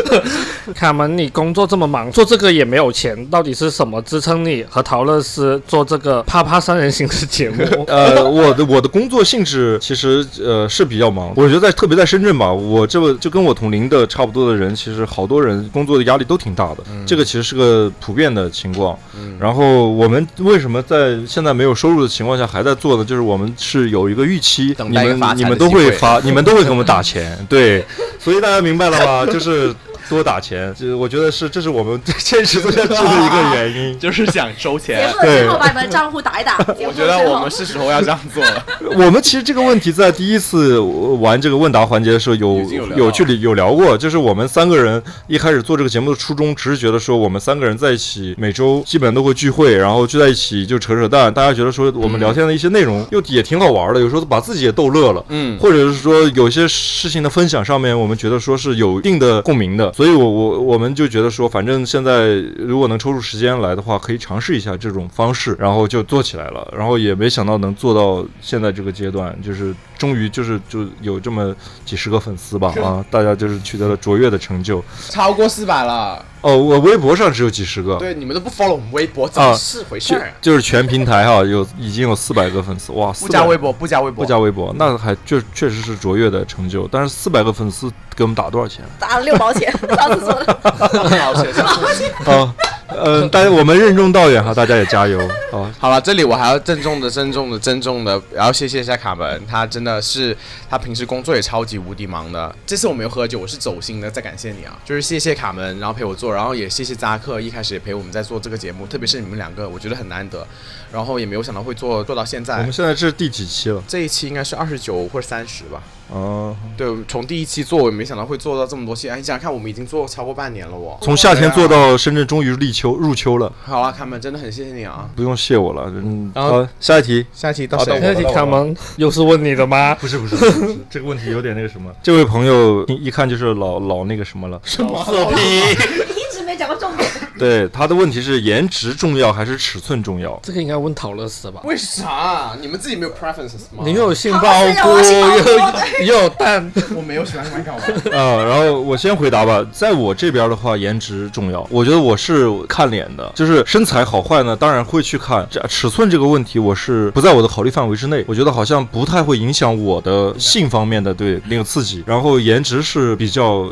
卡门，你工作这么忙，做这个也没有钱，到底是什么支撑你和陶乐斯做这个啪啪三人行的节目？ 呃，我的我的工作性质其实呃是比较忙，我觉得在特别在深圳吧，我这个就跟我同龄的差不多的人，其实好多人工作的压力都挺大的，嗯这个其实是个普遍的情况。然后我们为什么在现在没有收入的情况下还在做呢？就是我们是有一个预期，等你待一个们发财你的们都机会会发，你们都会给我们打钱，对，所以大家明白了吧？就是多打钱，这我觉得是这是我们 坚持做下去的一个原因。就是想收节钱目。的最后把你们的账户打一打。我我觉得我们是时候要这样做 了。 我们其实这个问题在第一次玩这个问答环节的时候有已经有聊有去有聊过，就是我们三个人一开始做这个节目的初衷，只是觉得说我们三个人在一起每周基本上都会聚会，然后聚在一起就扯扯淡，大家觉得说我们聊天的一些内容又也挺好玩的，有时候把自己也逗乐了，嗯或者是说有些事情的分享上面，我们觉得说是有一定的共鸣的，所以我我我们就觉得说，反正现在如果能抽出时间来的话，可以尝试一下这种方式，然后就做起来了，然后也没想到能做到现在这个阶段，就是终于就是就有这么几十个粉丝吧啊，大家就是取得了卓越的成就。超过四百了，哦，我微博上只有几十个，对，你们都不 follow 我们微博，怎么啊是回事就儿啊？就是全平台哈、有已经有四百个粉丝，哇，不加400微博，不加微博，不加微博，那还确确实是卓越的成就。但是四百个粉丝给我们打多少钱打了六毛钱，上次说的。 好学生。啊？ 嗯，大家我们任重道远哈，大家也加油啊！好了，这里我还要郑重的、郑重的、郑重的，然后谢谢一下卡门，他真的是他平时工作也超级无敌忙的。这次我没有喝酒，我是走心的，再感谢你啊，就是谢谢卡门，然后陪我做，然后也谢谢扎克，一开始也陪我们在做这个节目，特别是你们两个，我觉得很难得，然后也没有想到会做做到现我在们。现在这是第几期了？这一期应该是二十九或者三十吧，啊，对，从第一期做，我也没想到会做到这么多期。哎，你想想看，我们已经做超过半年了哦。从夏天做到深圳，终于立秋入秋了，好啊，卡门，真的很谢谢你啊。不用谢我了。嗯，然后好，下一题。下期到好的谁？我那题卡门又是问你的吗？不是不是，这个问题有点那个什么。这位朋友一一看就是老老那个什么了。你一直没讲过重点，对，他的问题是颜值重要还是尺寸重要？这个应该问陶乐斯吧。为啥？你们自己没有 preferences 吗？你又有杏陶鲍乐斯有啊菇，杏鲍又菇又有蛋， 我没有喜欢玩搞玩。啊，然后我先回答吧，在我这边的话，颜值重要。我觉得我是看脸的，就是身材好坏呢，当然会去看。这尺寸这个问题，我是不在我的考虑范围之内。我觉得好像不太会影响我的性方面的对那个刺激。然后颜值是比较呃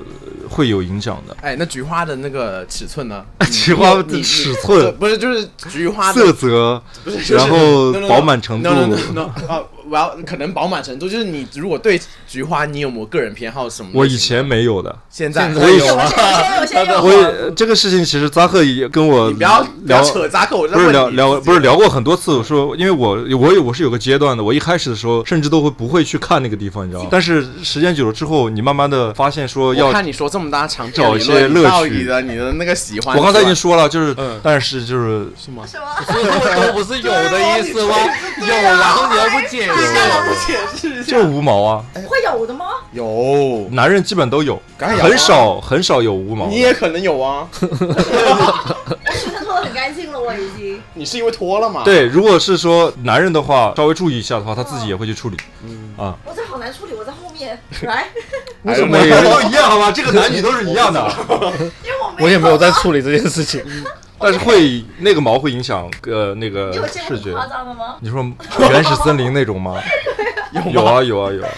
会有影响的。哎，那菊花的那个尺 寸呢？菊花你的你尺对寸、不是就是菊花的色泽，不是就是然后 no, no, no, 饱满程度 no, no, no, no, 啊，我要可能饱满程度就是你如果对菊花你有没有个人偏好什么类型的？我以前没有的。现在在有我先有，我先有。我也呃这个事情其实扎克也跟我你不要不聊要扯扎克，我在不是问聊你聊自己不是聊过很多次，我说因为我我有我是有个阶段的，我一开始的时候甚至都会不会去看那个地方，你知道吗？但是时间久了之后，你慢慢的发现说要我，看你说这么大长篇找一理些论乐到趣底的你的那个喜欢，我刚才已经说了，就是嗯但是就是 是吗？什么？这不是有的意思吗？有，啊然后你又不解释。就是无毛啊，会有的吗？有，男人基本都有，当然有啊很少很少有无毛的。你也可能有啊，我行程拖得很干净了，我已经。你是因为脱了嘛？，对，如果是说男人的话，稍微注意一下的话，他自己也会去处理。啊，我这好难处理，我在后面来，哎为什每个人嗯都一样好吧？这个男女都是一样的。因为我我也没有在处理这件事 情， 但是会那个毛会影响呃那个你有见视过很觉。夸张的吗？你说原始森林那种 吗？有啊有啊有啊。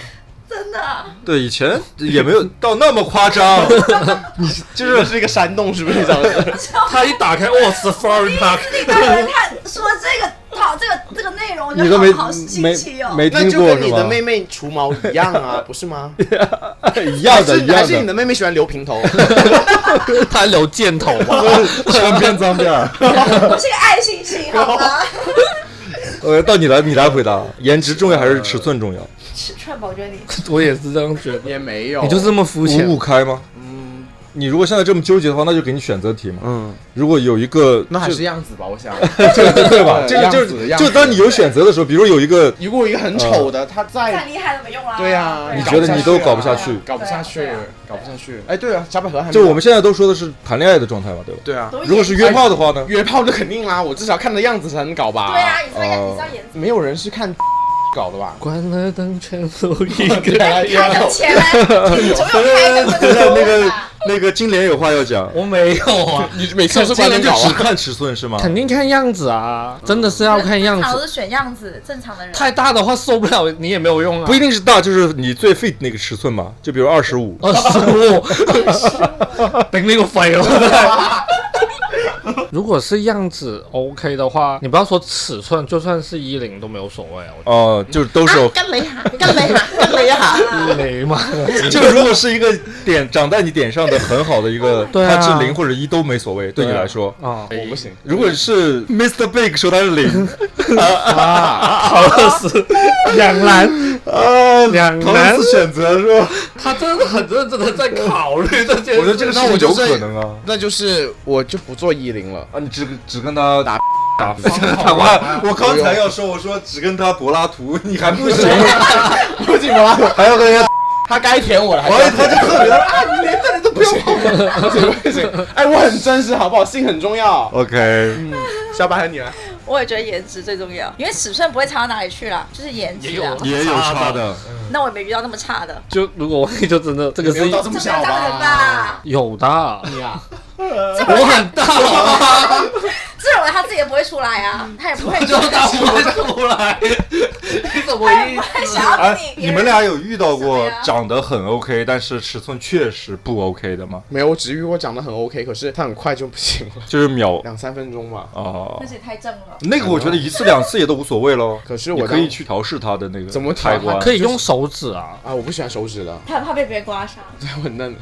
真的， 对，以前也 没有到那么夸张，就是是一个山洞，是不是这样子？他一打开，啊哇，Safari 啊 Park，你当人看说这个好，这个这个内容，我觉你都没得好好新没奇哦。没那听就过跟是你的吧？妹妹除毛一样 啊，不是吗？一样还的，是一样还是你的，的妹妹喜欢留平头，他留箭头嘛。啊 全边脏辫儿。 我是个爱心型，好吗？ 呃，到你来，你来回答，颜值重要还是尺寸重要？尺寸吧，我觉得你我也是这样觉得， 也没有。你就是这么肤浅五五。开吗？你如果现在这么纠结的话，那就给你选择题嘛。嗯，如果有一个， 那还就是样子吧，我 想。这个对吧？ 对这个就样子是样子就当你有选择的时候，比如有一个，如果一个很丑的，他再在，厉害都没用啦。对啊，哎你觉得你都搞不下啊去搞不下去对啊，搞不下去。哎，对啊，小百合还没就我们现在都说的是谈恋爱的状态嘛，对吧？对啊，都如果是约炮的话呢？约炮就肯定啦，我至少看的样子才能搞吧。对啊，，你知道颜，哦你知道颜值。没有人是看 搞的吧？关了灯，全都一个。对 啊 啊看得起来，你总有开灯的时候吧。那个金莲有话要讲，我没有 啊，你每次都是金关莲灯就搞只啊？看尺寸是吗？肯定看样子啊，真的是要看样正常子。是选样子，正常的人。太大的话受不了，你也没有用啊。不一定是大，就是你最 fit 那个尺寸嘛，就比如二十五。二十五，顶你个肺了！如果是样子 OK 的话，你不要说尺寸，就算是一零都没有所谓啊。哦，就是都是 OK，干雷哈，干雷哈，干雷哈！ 一零嘛，就如果是一个点长在你点上的很好的一个，对啊它是零或者一都没所谓，对你来说。啊，我不行，如果是 Mr. Big 说它是零，好二十，两难，啊，两唐难斯选择是吧？他真的很认真的在考虑这件事。我觉得这个事那我情就有是可能啊。那就是我就不做一 零了。啊，你只只跟他打打打完，我刚才要说，我说只跟他柏拉图，你还不行，不行吗？还要跟人家，他该舔我了，还哎，他就特别的啊不行不行。哎，我很真实，好不好？性很重要。 OK，小白和你来，我也觉得颜值最重要，因为尺寸不会差到哪里去啦，就是颜值啊。也有差的，那我也没遇到那么差的，就如果我就真的这个没有是到这么小这么大的吧？有的，你啊，我很大了，这种人他自己也不会出来啊，他也不会就打不出来，你怎么他意也思不？会想要哎跟，你你们俩有遇到什么啊过呀长得很 OK，但是尺寸确实不 OK 的吗？没有，我只遇过长得很 OK，可是他很快就不行了， 就是秒两三分钟吧。哦那，些太正了。那个我觉得一次两次也都无所谓喽。可是我你可以去调试他的那个怎么调开关，可以用手指啊。啊，我不喜欢手指了， 他很怕被别人刮痧，我很嫩，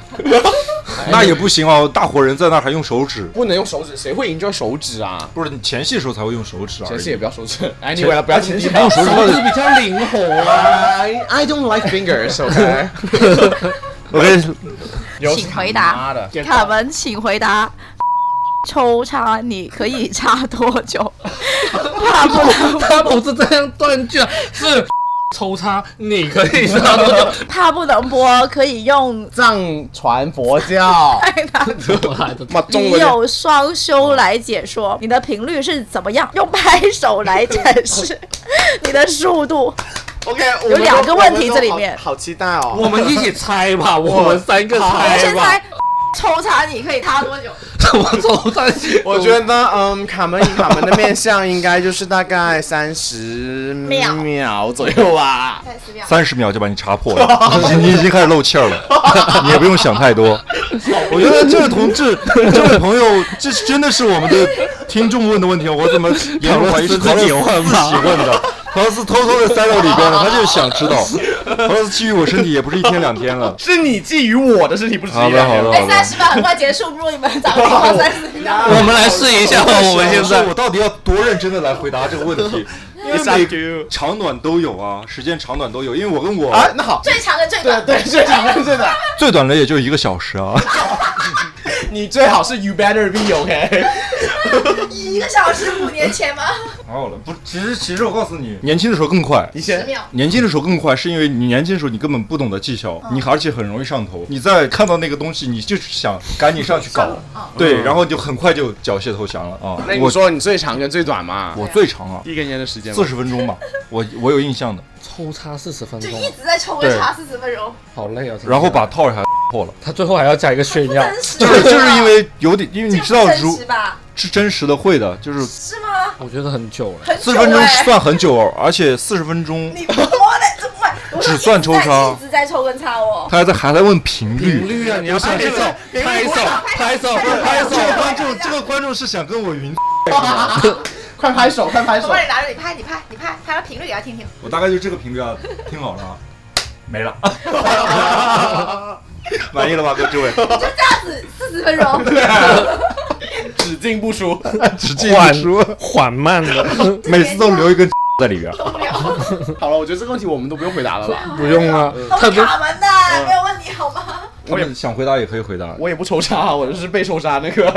那也不行哦，大活人在那儿还用手指，不能用手指，谁会 enjoy 手指啊？不是你前戏的时候才会用手指而已。前戏也不要手 指，哎，你回来不要前戏，不用手指手指比较灵 活啊， I 哎 I don't like fingers, OK？ OK，请回答。妈的，卡门，请回答。 抽插你可以插多久？怕不能，他不是这样断句，是 抽插，你可以知 道吗？怕不能播，可以用藏传佛教，太难了。我来的 妈，中你国人有双修来解说，你的频率是怎么样？用拍手来展示你的速度。 OK，有两个问题这里面好期待哦。我们一起猜吧，我们三个我猜现吧在。 抽插你可以插多久？我抽插， 我觉得，嗯，卡门以卡门的面相应该就是大概三十秒秒左右吧。再 十秒。三十秒就把你插破 了，你你已经开始漏气儿了，你也不用想太多。我觉得这位同志，这位朋友，这是真的是我们的听众问的问题，啊我 怎么言入怀疑是陶乐斯自己问的？陶乐斯偷偷的塞到里边了，他就是想知道。陶乐斯基于我身体也不是一天两天 了。是你觊觎我的身体，不是好了好了好哎，三了，十秒很快结束，如果你们掌握到三十秒， 我们来试一下吧。我们现啊我在到底要多认真的来回答这个问 题？因为 It's up to 每 you 长短都有啊，时间长短都有。因为我跟我啊，那好，最长的最对短。对，最长的最短，最短的也就一个小时啊。你最好是 you better be OK。一个小时五年前吗？好了，哦不，其实其实我告诉你，年轻的时候更快。你十先，秒，年轻的时候更快，是因为你年轻的时候你根本不懂得技巧，嗯你而且很容易上头。你在看到那个东西，你就是想赶紧上去 搞，嗯对，然后就很快就缴械投降了啊那！你我说你最长跟最短嘛？我最长 啊，一根烟的时间四十分钟吧，我我有印象的。抽插四十分就钟一，直在抽着插四十分钟，好累啊。听起来然后把套儿还 破 了，他最后还要加一个炫耀，真实就是就是因为有点，因为这你不知道真如实吧？是真实的会的，就是四是吗？我觉得很久了。很十久分钟哎，算很久哦，而且四十分钟你摸的这么快，我说只算抽一直在插一直在抽跟插哦。他还在还在问频率，率啊，你要拍手，拍手，拍手，哎拍这手！个观众这个观众是想跟我云快拍手，快拍我手帮！你拿着，你拍，你拍，你拍，拍个频率给他听听。我大概就这个频率啊，听好了啊， 没了，满意了吧，各位？就这样子，四十分钟。只进不出，只进缓出，缓慢的， 每次都留一根在里边。好了，我觉得这个问题我们都不用回答了吧？不用啊，特都是别卡门的，没有问题好吗？我也想回答也可以回答，我也不抽插，我就是被抽插那个。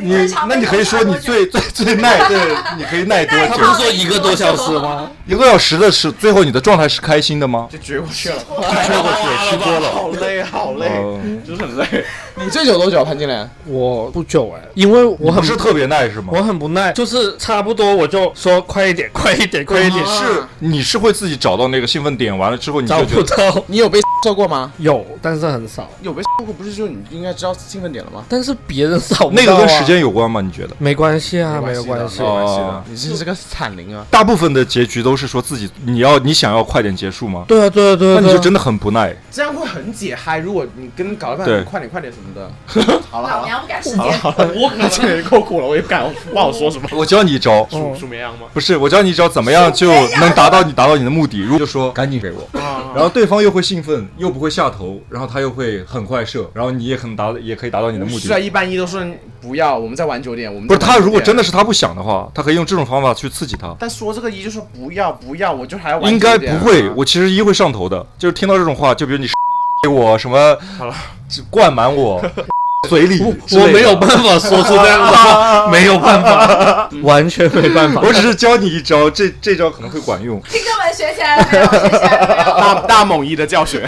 你最长那你可以说你最最最耐，对，你可以耐多耐久多？久说一个多小时吗？一个多小时的是最后你的状态是开心的吗？ 就撅过去 了，撅过去了吃多了好累，好累，哦就是很累。你最久多久啊，潘金莲？我不久哎，因为我不很是特别耐是吗我？很不耐，就是差不多我就说快一点， 快一点，快一点，啊是你是会自己找到那个兴奋点，完了之后你找就觉不得到， 你有被射过吗？有，但是很少。有被射过，不是就你应该知道兴奋点了吗？但是别人扫不那到、啊，个跟时间有关吗？你觉得？没关系啊，没有关系没。关系的哦，你真是个惨灵啊！大部分的结局都是说自己你要你想要快点结束吗？对啊，对啊，对啊，那你对啊就真的很不耐。这样会很解嗨。如果你跟搞一半，对你快点快点什么的，好了好老了，娘不赶时间， 我可能现在也够苦了，我也不敢不好说什么。我教你一招，数数绵羊吗？不是我教你一招，怎么样就能达到你达到你的目的？如果就说赶紧给我，然后对方又会兴奋，又不会下头，然后他又会很快射，然后你也很达也可以达到你的目虽然啊的。一般一都说不要，我们再玩九点，我们不是再玩他如果9点真的，是他不想的话，他可以用这种方法去刺激他。但说这个一就说不要不要，我就还要玩应该9点啊不会，我其实一会上头的，就是听到这种话，就比如你 给我什么， 灌满 我嘴里之类的，我没有办法说出这样 的话，没有办法，完全没办法。我只是教你一招，这这招可能会管用。听众们学起来了没有？学起来了没有？大大猛一的教学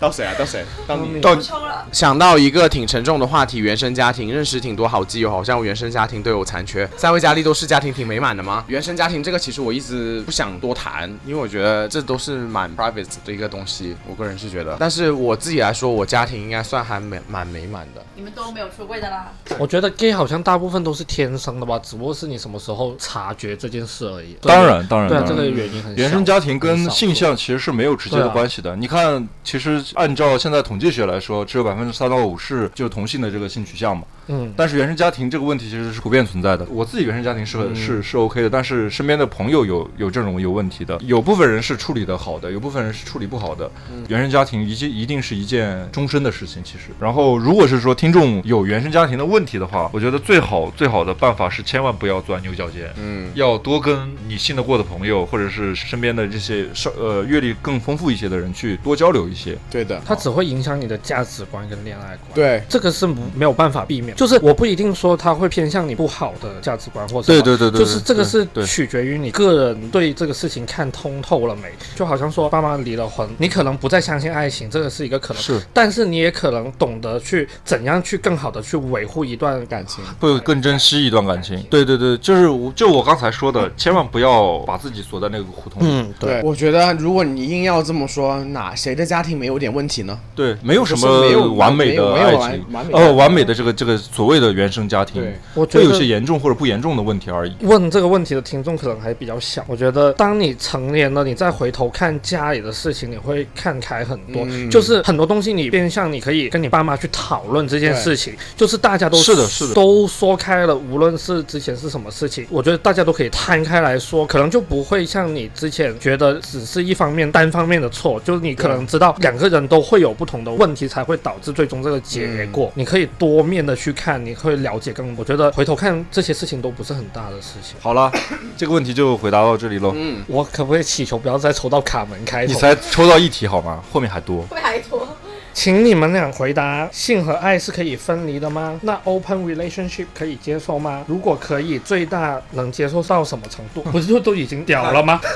到谁啊？到谁？到你。到不抽了，想到一个挺沉重的话题，原生家庭，认识挺多好基友，好像我原生家庭都有残缺。三位佳丽都是家庭挺美满的吗？原生家庭这个其实我一直不想多谈，因为我觉得这都是蛮 private 的一个东西，我个人是觉得。但是我自己来说，我家庭应该算还美蛮美满的。你们都没有出柜的啦。我觉得 gay 好像大部分都是天生的吧，只不过是你什么时候察觉这件事而已。当然，当然，对啊，当这然个原因很小原生家庭跟性。很少向其实是没有直接的对啊关系的。你看，其实按照现在统计学来说，只有百分之三到五是就是同性的这个性取向嘛。嗯，但是原生家庭这个问题其实是普遍存在的。我自己原生家庭嗯是很、是是 OK 的，但是身边的朋友有有这种有问题的，有部分人是处理的好的，有部分人是处理不好的。嗯原生家庭一件一定是一件终身的事情，其实。然后如果是说听众有原生家庭的问题的话，我觉得最好最好的办法是千万不要钻牛角尖。嗯，要多跟你信得过的朋友，或者是身边的这些稍呃阅历更丰富一些的人去多交流一些。对的，它只会影响你的价值观跟恋爱观。。对。这个是没有办法避免，就是我不一定说他会偏向你不好的价值观或什对么，对对对就是这个是对对取决于你个人对这个事情看通透了没。就好像说爸妈离了婚，你可能不再相信爱情，这个是一个可能，是但是你也可能懂得去怎样去更好的去维护一段感情。会更珍惜一段感情。对对对，就是我就我刚才说的，千万不要把自己锁在那个胡同里。嗯，对，我觉得如果你硬要这么说，哪谁的家庭没有点问题呢？对，没有什就是没么有完美的没爱有没有情完完，美的呃，完美的这个这个所谓的原生家庭对，我觉会得有些严重或者不严重的问题而已。问这个问题的听众可能还比较小，我觉得当你成年了，你再回头看家里的事情，你会看开很多。嗯就是很多东西你变相你可以跟你爸妈去讨论这件事情，就是大家都是的是的都说开了，无论是之前是什么事情，我觉得大家都可以摊开来说，可能就不会像你之前觉得只是一方面单方面的错，就是你可能知道两个人都会有不同的问题，才会导致最终这个结果。你可以多面的去看，你会了解更。我觉得回头看这些事情都不是很大的事情。好了，这个问题就回答到这里喽。嗯，我可不可以祈求不要再抽到卡门开头？你才抽到一题好吗？后面还多。会还多，请你们俩回答：性和爱是可以分离的吗？那 open relationship 可以接受吗？如果可以，最大能接受到什么程 度？不是就都已经屌了吗？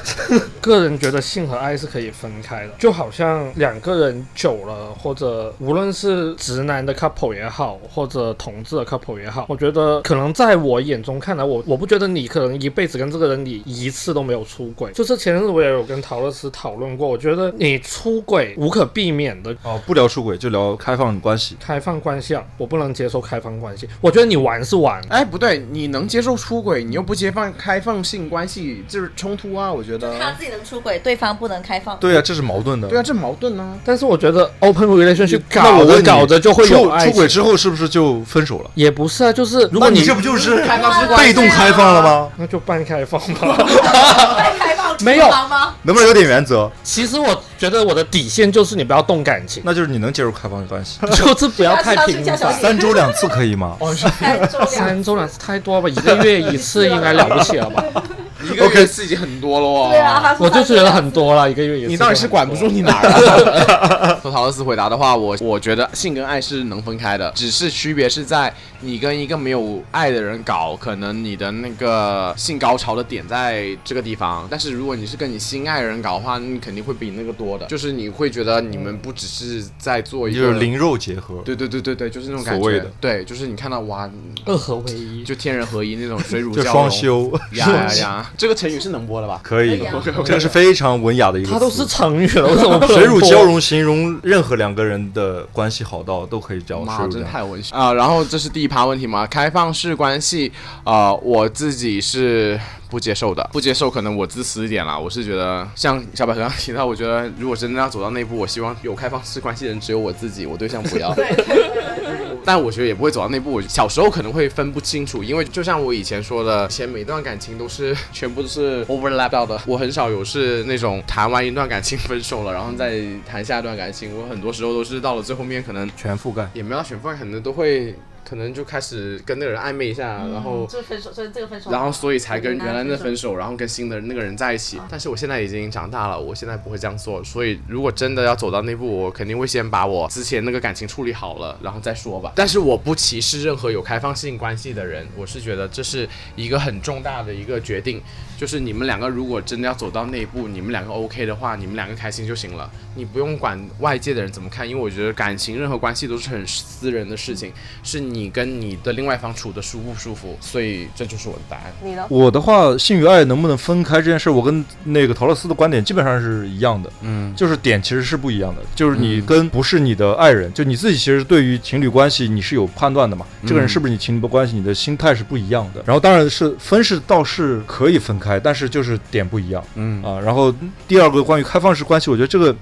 个人觉得性和爱是可以分开的，就好像两个人久了，或者无论是直男的 couple 也好，或者同志的 couple 也好，我觉得可能在我眼中看来，我我不觉得你可能一辈子跟这个人你一次都没有出轨。就是前阵子我也有跟陶乐斯讨论过，我觉得你出轨无可避免的，哦，不聊出轨，就聊开放关系。开放关系啊，我不能接受开放关系。我觉得你玩是玩，哎，不对，你能接受出轨，你又不接放开放性关系，这是冲突啊！我觉得，他自己能出轨，对方不能开放。对啊，这是矛盾的。对啊，这矛盾啊。但是我觉得 open relationship 那搞我着问你搞着就会有出爱出轨情之后是不是就分手了？也不是啊，就是如果那你这不就是开放式关系啊被动开放了吗？那就半开放 吧。会开放没有厨房吗？能不能有点原则？其实我觉得我的底线就是你不要动感 情，那就是你能接受开放关系，就是不要太频要知道繁睡觉。 三周两次可以吗哦太重要。三周两次太多吧，一个月一次应该了不起了吧？一个月是已经很多了哦。对啊，他我就觉得很多了，一个月一次。你到底是管不住？你哪儿 啊？从陶乐斯回答的话，我我觉得性跟爱是能分开的，只是区别是在你跟一个没有爱的人搞，可能你的那个性高潮的点在这个地方。但是如果你是跟你心爱的人搞的话，你肯定会比那个多的，就是你会觉得你们不只是在做一就是个。灵肉结合。对对对对对，就是那种感所谓觉的，对，就是你看到哇，二合为一， 就天人合一那种水乳就交融，双休，呀呀呀！这个成语是能播的吧？可以可以啊，这个是非常文雅的一个词。它都是成语了，为什么不能水乳播交融形容任何两个人的关系好到都可以叫水妈，乳交真融。太文学啊、然后这是第一趴问题嘛，开放式关系，啊，我自己是不接受的，不接受可能我自私一点啦，我是觉得像小白刚刚提到，我觉得如果真的要走到那一步，我希望有开放式关系的人只有我自己，我对象不要。 但我觉得也不会走到那步。我小时候可能会分不清楚，因为就像我以前说的，以前每段感情都是全部都是 overlap 到的。我很少有是那种谈完一段感情分手了，然后再谈下一段感情。我很多时候都是到了最后面，可能全覆盖。也没有到选饭，可能都会可能就开始跟那个人暧昧一下，然后嗯就分手，所以这个分手，然后所以才跟原来那分手，手，然后跟新的那个人在一起。但是我现在已经长大了，我现在不会这样做。所以如果真的要走到那步，我肯定会先把我之前那个感情处理好了，然后再说吧。但是我不歧视任何有开放性关系的人，我是觉得这是一个很重大的一个决定，就是你们两个如果真的要走到那一步，你们两个 OK 的话，你们两个开心就行了，你不用管外界的人怎么看，因为我觉得感情任何关系都是很私人的事情，是你跟你的另外一方处的舒不舒服，所以这就是我的答案。你呢？我的话，性与爱能不能分开这件事，我跟那个陶乐斯的观点基本上是一样的。嗯，就是点其实是不一样的，就是你跟不是你的爱人，就你自己其实对于情侣关系你是有判断的嘛，嗯这个人是不是你情侣的关系，你的心态是不一样的。然后当然是分是倒是可以分开，但是就是点不一样，嗯啊。然后第二个关于开放式关系，我觉得这个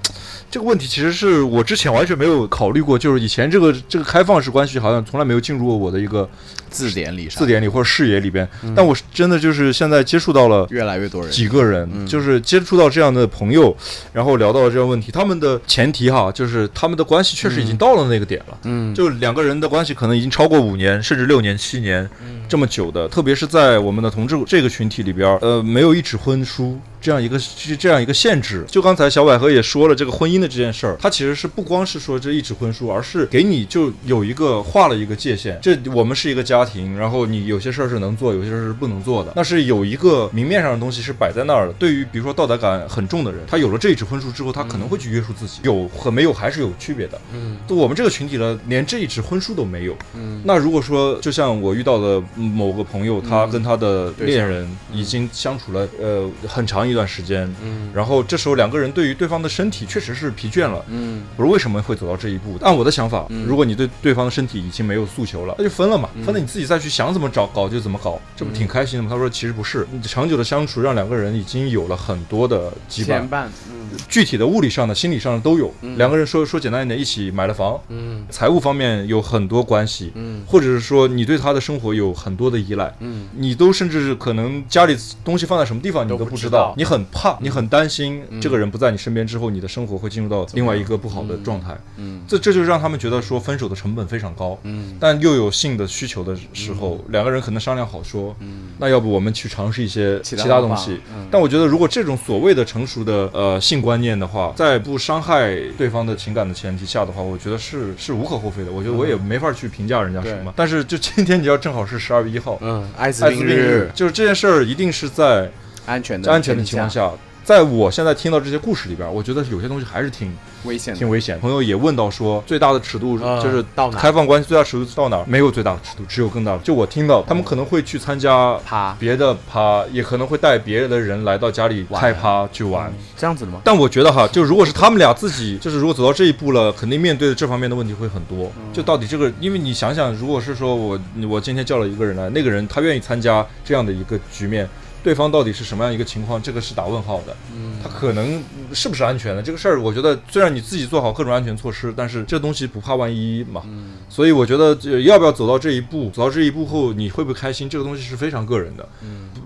这个问题其实是我之前完全没有考虑过，就是以前这个这个开放式关系好像从来没有进入过我的一个字典里上嗯字典里或者视野里边，但我是真的就是现在接触到了越来越多人嗯几个人，就是接触到这样的朋友，然后聊到了这个问题。他们的前提哈，就是他们的关系确实已经到了那个点了，嗯就两个人的关系可能已经超过五年，甚至六年、七年、这么久的。特别是在我们的同志这个群体里边儿，呃，没有一纸婚书这样一个这这样一个限制。就刚才小百合也说了，这个婚姻的这件事儿，它其实是不光是说这一纸婚书，而是给你就有一个画了一个界限。这我们是一个家庭，然后你有些事儿是能做，有些事儿是不能做的。那是有一个明面上的东西是摆在那儿的。对于比如说道德感很重的人，他有了这一纸婚书之后，他可能会去约束自己，有和没有还是有区别的。嗯就我们这个群体呢，连这一纸婚书都没有。那如果说，就像我遇到的某个朋友，他跟他的恋人已经相处了呃很长一段时间，嗯然后这时候两个人对于对方的身体确实是疲倦了。嗯我说为什么会走到这一步？按我的想法，如果你对对方的身体已经没有诉求了，那就分了嘛，嗯分了你自己再去想怎么找搞就怎么搞，这不挺开心的吗？他说其实不是，长久的相处让两个人已经有了很多的羁绊，牵绊，嗯具体的物理上的、心理上的都有。嗯两个人说说简单一点，一起买了房，嗯财务方面有很多关系，嗯或者是说你对他的生活有很多的依赖，嗯你都甚至是可能家里东西放在什么地方你都都不不知知道嗯道，你很怕，你很担心这个人不在你身边之后，你的生活会进入到另外一个不好的状态。嗯这这就让他们觉得说分手的成本非常高，嗯但又有性的需求的时候，两个人可能商量好说，那要不我们去尝试一些嗯其其他他方东法西嗯？但我觉得，如果这种所谓的成熟的呃性观念的话，在不伤害对方的情感的前提下的话，我觉得是是无可厚非的。我觉得我也没法去评价人家什对么，但是就今天你要正好是十二月一号，嗯，艾滋艾滋病病日，就是这件事儿一定是在安全的安全的情况下。在我现在听到这些故事里边，我觉得有些东西还是挺危险的挺危险。朋友也问到说，最大的尺度嗯就是到哪开放关系最大尺度到哪儿？没有最大的尺度，只有更大的。就我听到，他们可能会去参加趴别的趴，也可能会带别的人来到家里玩开趴去玩。这样子的吗？但我觉得哈，就如果是他们俩自己，就是如果走到这一步了，肯定面对的这方面的问题会很多。就到底这个，因为你想想，如果是说我我今天叫了一个人来，那个人他愿意参加这样的一个局面，对方到底是什么样一个情况，这个是打问号的。他可能是不是安全的这个事儿，我觉得虽然你自己做好各种安全措施，但是这东西不怕万一嘛。所以我觉得这要不要走到这一步，走到这一步后你会不会开心，这个东西是非常个人的。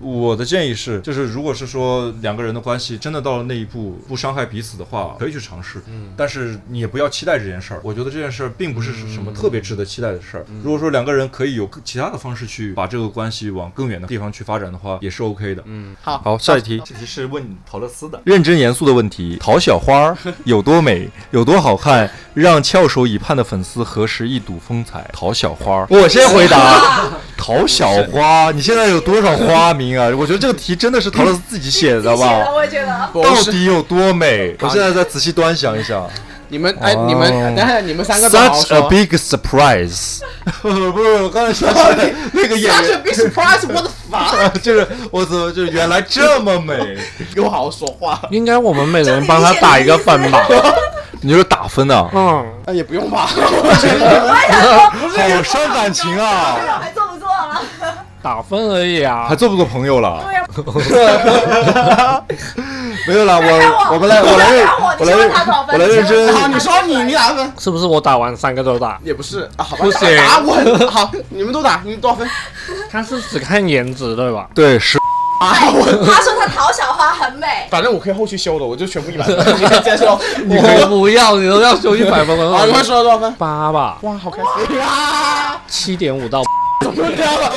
我的建议是，就是如果是说两个人的关系真的到了那一步，不伤害彼此的话，可以去尝试。但是你也不要期待这件事儿。我觉得这件事儿并不是什么特别值得期待的事儿。如果说两个人可以有其他的方式去把这个关系往更远的地方去发展的话，也是 OK 的。嗯，好，好，下一题，这题是问陶乐斯的，认真严肃的问题：陶小花儿有多美，有多好看，让翘首以盼的粉丝何时一睹风采？陶小花儿，我先回 答。陶小花，你现在有多少花名啊？我觉得这个题真的是陶乐斯自己写的谢谢了，吧？我也觉得。不到哦是底有多美？我现在再仔细端详一下，你们哎，你们等下你们三个都好好 Such a 说。 big surprise！不是不是，我刚才想起来那个演 Such a 员 big surprise! What the fuck！ 就是我怎么就原来这么美？给我好好说话。 应该我们每人帮他 打一个分吧。你就是打分的、啊，嗯，哎那也不用 吧。好伤感情啊！还做不做了？打分而已啊还。做不做朋友了？对呀，没有啦，我我们来我来认我你来认先问他多少分我来认真好，你说你你打分。是不是我打完三个都打？也不是啊，好吧，不行打我很好，你们都打，你们多少 分？他是只看颜值对 吧？对是。啊，我他说他讨小花很美，反正我可以后期修的，我就全部一百分，你可以接受。 你我不要，你都要修一百分， 啊，你们说了多少分？八吧，哇，好开心啊！七点五到，怎么这样了？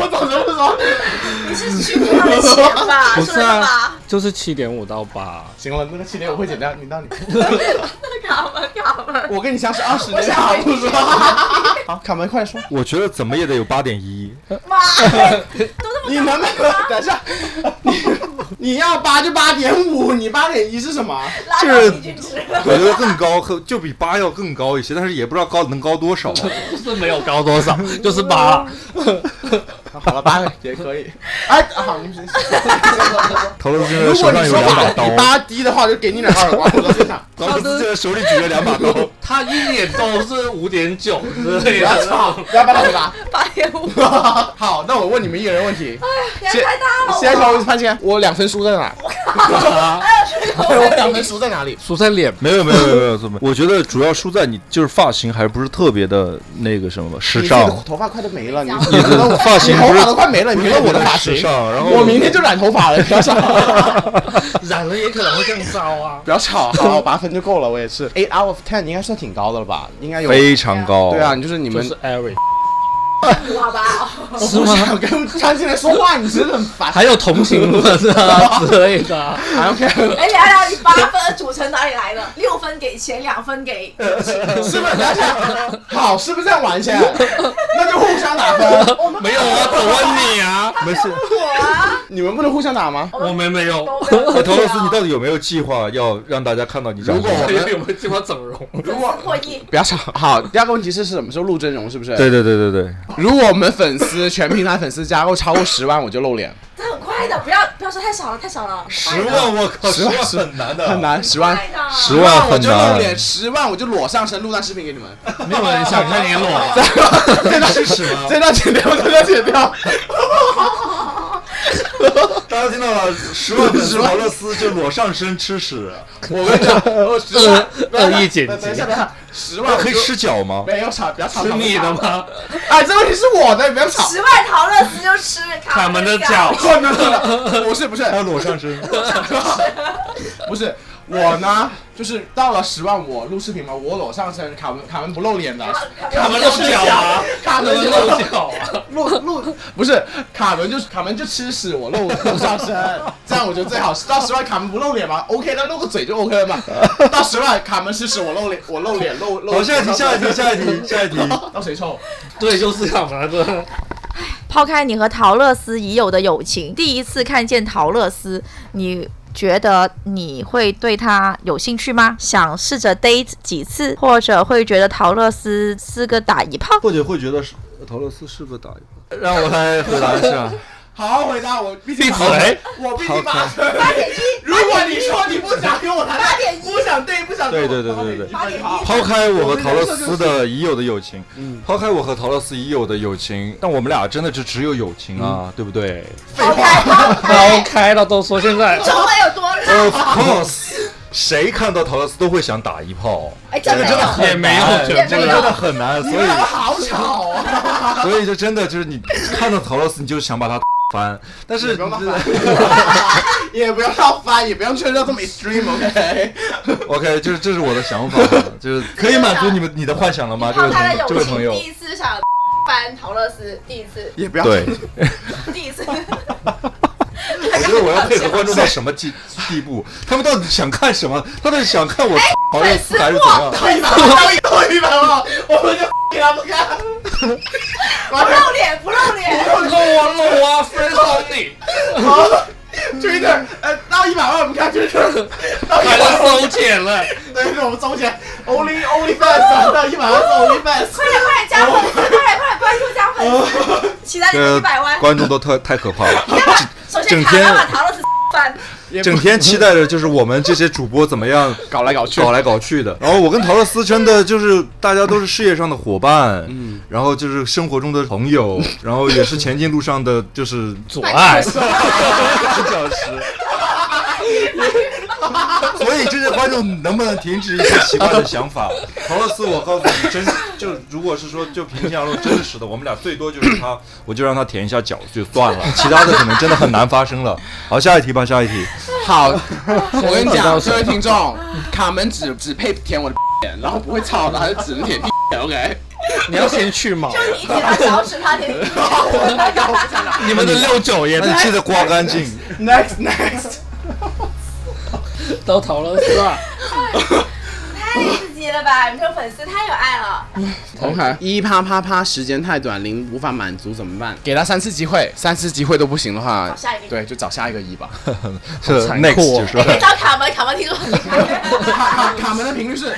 我早就不说。你是去他的钱吧？不说是的啊吧？，就是七点五到八。行了，那个七点我会剪掉，你 到你。卡门卡门，我跟你相识二十年，好不说。好，卡门，快说，我觉得怎么也得有八点一，妈， 你能不能等一下？你 你要八就八点五，你八点一是什么？拉这是到你去吃。我觉得更高，和就比八要更高一些，但是也不知道高能高多少。是没有高多少，就是八。好了，八也可以。哎，好，你们先。陶乐斯现在如手果上你有说两把八刀比，八低的话，就给你两个耳光，我到现场。陶乐斯现在手里举着两把刀。他一眼都是五点九之类的，不要把他回答。八点五， 好，那我问你们一人问 题。压力太大了。先从潘先，我两分输在哪？哎我两分输在哪里？输在 脸。没有没有没有没有怎么？我觉得主要输在你就是发型还不是特别的那个什么时你自己的尚，头发快都没了，你你的发型你不头是发都快没了，你评论我的发时型。尚，然后我明天就染头发了，不要吵，染了也可能会更糟啊。 不要吵，好，八分就够了，我也 是。Eight out of ten 应该算挺高的了吧？应该有。非常高。对啊，，你就是你就们是，Eric，好吧，我不想跟张进来说话，你真的很烦。还有同情分啊之类的 啊。 OK，哎，聊聊你八分组成哪里来的？六分给钱，两分给 是不是？等一下，好，是不是这样玩 先？那就互相打分，没有啊，我问你啊，没事。我啊。你们不能互相打吗？我们没有。 哎，陶乐啊斯，你到底有没有计划要让大家看到你长如什果么我样？们有没有计划整容？如果破亿，不要吵。好，第二个问题是什么时候录真容？是不是？对对对对对，如果我们粉丝全平台粉丝加够超过十万，我就露脸。这很快的，不要不要说太少了，太少了。十万，我靠，十万很难的， 很难，十万快。的，十万我很就露难。脸，十万我就裸上身录段视频给你们。没有人想看你裸。 这段 这段剪掉，这段剪掉。 大家听到了，十万粉丝陶乐斯就裸上身吃屎，我跟你讲，我十万 恶意剪辑等一下，等一下，十万那我就可以吃脚吗？没有吵，不要吵。是你的吗？哎，这问题是我的，不要吵。十万陶乐斯就吃卡卡门的脚。我没有没有没有不是不是还有裸上身，不是我呢，就是到了十万我录视频嘛，我裸上身，卡文卡文不露脸的，卡门的脚啊，卡文就露脚啊。露露不是卡门就是卡门就吃屎，我露露上身，这样我觉得最好。到十万卡门不露脸嘛，OK，那露个嘴就 OK 了嘛。到十万卡门吃屎，我露脸，我露脸露露。 好，下一题，下一题，下一题，下一题。到谁抽？对，就是卡门的。抛开你和陶乐斯已有的友情，第一次看见陶乐斯，你觉得你会对他有兴趣吗？想试着 date 几次，或者会觉得陶乐斯是个打一炮？或者会觉得是呃陶乐斯是个打一炮，让我来回答一 下。好好回答我，毕竟闭嘴！我毕竟八分。 如果你说你不想跟我谈，八点一不想对不想对对对对对对抛开我和陶乐斯的已有的友情，抛开我和陶乐斯已有的友情，但我们俩真的就只有友情啊，对不对 抛开抛抛开，开了都说现 在，中文有多烂？ ？Of course，谁看到陶乐斯都会想打一炮，哎，真没这个真的有。很也没有难也没有这个真的很 难，所以好吵啊！所以就真的就是你看到陶乐斯，你就想把他翻，但是不用闹翻， 也不用闹翻，也不用确认到这么 extreme，OK？ OK，就是这是我的想 法，就是可以满足你们你的幻想了吗？这抛位开了朋这友位朋情，友第，一次想翻陶乐斯，第一次，也不要对，第一次。我觉得我要配合观众到什么地地步？他们到底想看什么？他们想看我陶乐斯还是怎样？一百万，一百一百万，我们就 给他们看。完不露脸，不露脸，露啊露啊，分手你，了，Twitter，呃，到一百万我们看 Twitter，到一 还百万，是收钱了。对对，我们收钱， Only Only 啊 Fans 到一百万是 Only Fans，快点快点加粉丝，快点快点关注加粉丝，期待你的一百万。观众都太太可怕了， 首先整卡拉天把唐老师翻，整天期待着就是我们这些主播怎么样搞来搞去，搞来搞去的。然后我跟陶乐斯真的就是大家都是事业上的伙伴，嗯，然后就是生活中的朋友，然后也是前进路上的就是阻碍。小时。所以这些观众能不能停止一些奇怪的想法？陶乐斯，我告诉你，真就如果是说就平心而论，真实的，我们俩最多就是他，我就让他舔一下脚就算了，其他的可能真的很难发生了。好，下一题吧，下一题。好，我跟你讲， 各位听众，卡门只只配舔我的 脸，然后不会操的，他就只能舔 OK。你要先去嘛？就你舔他脚趾，他舔你。 你们的六九也那你记得刮干净。 Next next，都投了是吧？ 太刺激了吧！你这粉丝太有爱了。 OK，一啪啪啪，时间太短，零无法满足怎么办？给他三次机会，三次机会都不行的话，下一个对，就找下一个一 吧。是残 next 酷就哦是哎 你找卡门，卡门听说很厉害，卡门的频率是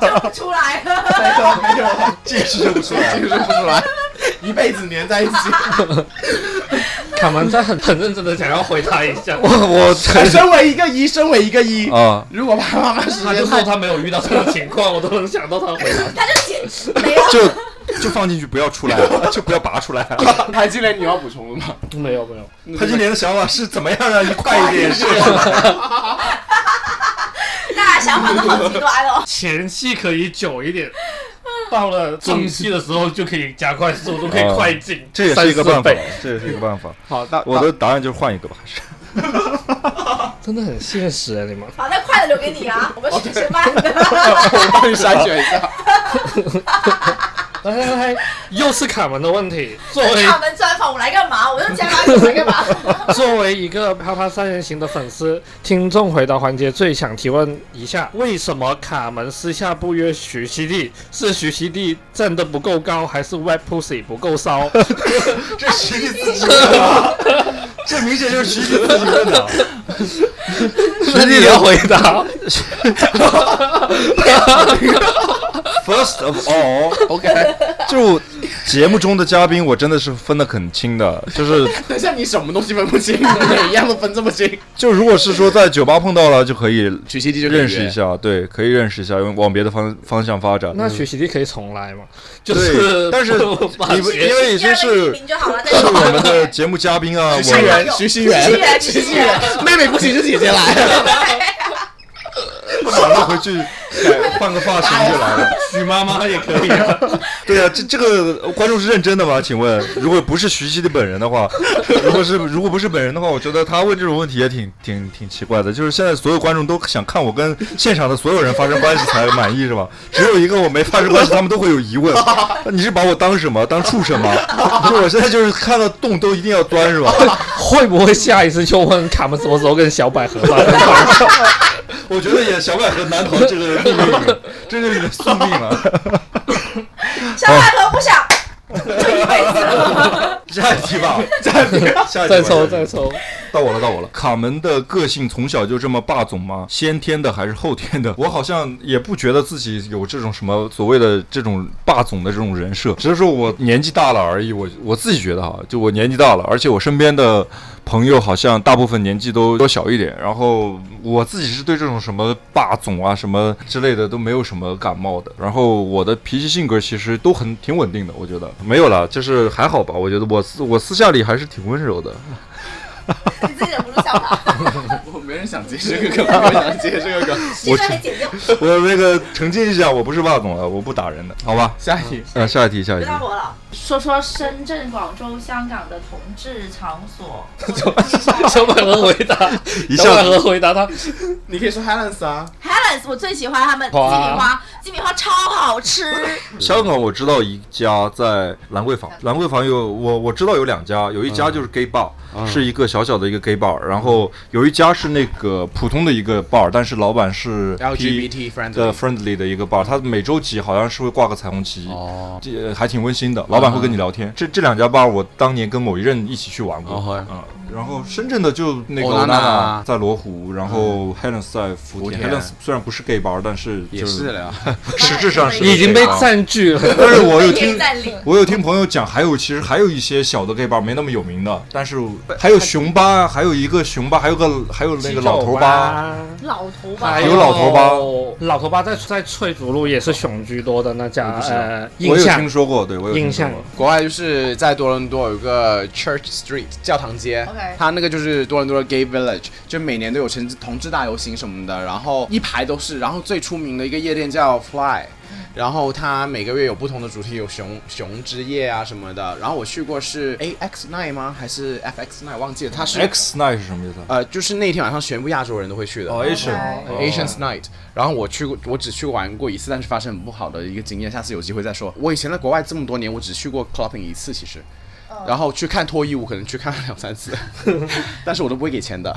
叫不出来了。没有，继续就不出来就是不出来。 一辈子粘在一起。 卡门在很很认真的想要回答一下，我 哎身为一个一，身为一个一，啊，如果啪啪啪时他间就说太他没有遇到这种情况，我都能想到他回 答。他就剪没有， 就就放进去不要出来，就不要拔出来。短，台积电你要补充的 吗？没有没有，他今年的想法是怎么样让你快一点是大家想法都好极端哦。前戏可以久一点，到了中戏的时候就可以加快速度，可以快进，这也是一个办法三四倍，这也是一个办法。 好，到我的答案就是换一个吧，还是真的很现实啊！你们好，那快的留给你 啊，我们学学慢的。我帮你筛选一下。来来来，又是卡门的问 题。作为卡门专访我来干嘛？我就加班我来干嘛？ 作为一个啪啪三人行的粉丝，听众回答环节最想提问一下：为什么卡门私下不约徐熙娣？是徐熙娣站得不够高，还是 Web Pussy 不够 骚？这徐丽自己问的，这明显就是徐丽自己问 的。那你要回答。 First of all， OK， 就节目中的嘉宾，我真的是分得很清的，就是等一下你什么东西分不 清？每一样都分这么清？就如果是说在酒吧碰到了，就可以取西地就可以认识约一。下，对，可以认识一下，往别的方方向发展。那徐熙娣可以重来嘛？就对，是，但是把你不学因 为已经第一是名就好了。是我们的节目嘉宾 啊，我徐熙们媛，徐熙徐熙媛媛，徐熙媛媛，妹妹不行就姐姐来。马上回去改换个发型就来了。 徐妈妈也可以啊。对啊，这这个观众是认真的吗？请问，如果不是徐熙的本人的话，如果是如果不是本人的话，我觉得他问这种问题也挺挺挺奇怪的。就是现在所有观众都想看我跟现场的所有人发生关系才满意是吧？只有一个我没发生关系，他们都会有疑问。你是把我当什么？当畜生吗？就我现在就是看到洞都一定要钻是吧？会不会下一次就问卡门什么时候跟小百合发生 关系？我觉得也小百合难逃这个命运，这就是你的宿命了。小百合不想，就一辈子了。下一题吧，下一题，下一题吧，再抽下一再题抽， 到我了，到我了。卡门的个性从小就这么霸总吗？先天的还是后天的？ 我好像也不觉得自己有这种什么所谓的这种霸总的这种人设，只是说我年纪大了而已。我我自己觉得哈，就我年纪大了，而且我身边的朋友好像大部分年纪都都小一点。然后我自己是对这种什么霸总啊什么之类的都没有什么感冒的。然后我的脾气性格其实都很挺稳定的，我觉得没有了，就是还好吧。我觉得我私我私下里还是挺温柔的。你自己忍不住笑他，我没人想接这个梗，没人想接这 个梗。现在得剪掉， 我那个澄清一下，我不是霸总了，我不打人的，好吧？下一题，呃，下一题，下一别题。到我了。说说深圳、广州、香港的同志场 所，小百合回答，一小下百子合回答他，你可以说 Helens 啊。 Helens，我最喜欢他们鸡米花花，鸡米花超好吃。香港我知道一家在兰桂坊，兰桂坊有我我知道有两家，有一家就是 gay bar，、是一个小小的一个 gay bar，然后有一家是那个普通的一个 bar，但是老板是 P- LGBT friendly 的 friendly 的一个 bar，他每周几好像是会挂个彩虹旗，哦这还挺温馨的，老板会跟你聊天。这这两家 bar 我当年跟某一任一起去玩过，哦嗯，然后深圳的就那个 Onana Onana 在罗湖，然后 Helen's 在福福田。田 Helen's 虽然不是 gay bar，但是也就是了， 实质上是 已经被 gay bar 占据了。但是我有可以听，占领我有听朋友讲，还有其实还有一些小的 gay bar 没那么有名的，但是还有熊吧，还有一个熊吧，还有个还有那个老头哎吧，老头吧还，有老头吧老头吧在在翠竹路也是熊居多的那家，呃，我印有象听说过，对我有印听说象过。国外就是在多伦多有个 Church Street 教堂街 OK 它那个就是多伦多的 Gay Village 就每年都有同志同志大游行什么的，然后一排都是，然后最出名的一个夜店叫 Fly，然后它每个月有不同的主题，有熊熊之夜啊什么的。然后我去过是 A X Night 吗？还是 F X Night？忘记了，它是 X night 是什么意思啊？呃，就是那天晚上全部亚洲人都会去的。哦，Asian Asians Night，然后我去过，我只去玩过一次，但是发生很不好的一个经验，下次有机会再说。我以前在国外这么多年，我只去过 clubbing 一次，其实，然后去看脱衣舞可能去看了两三次，但是我都不会给钱的，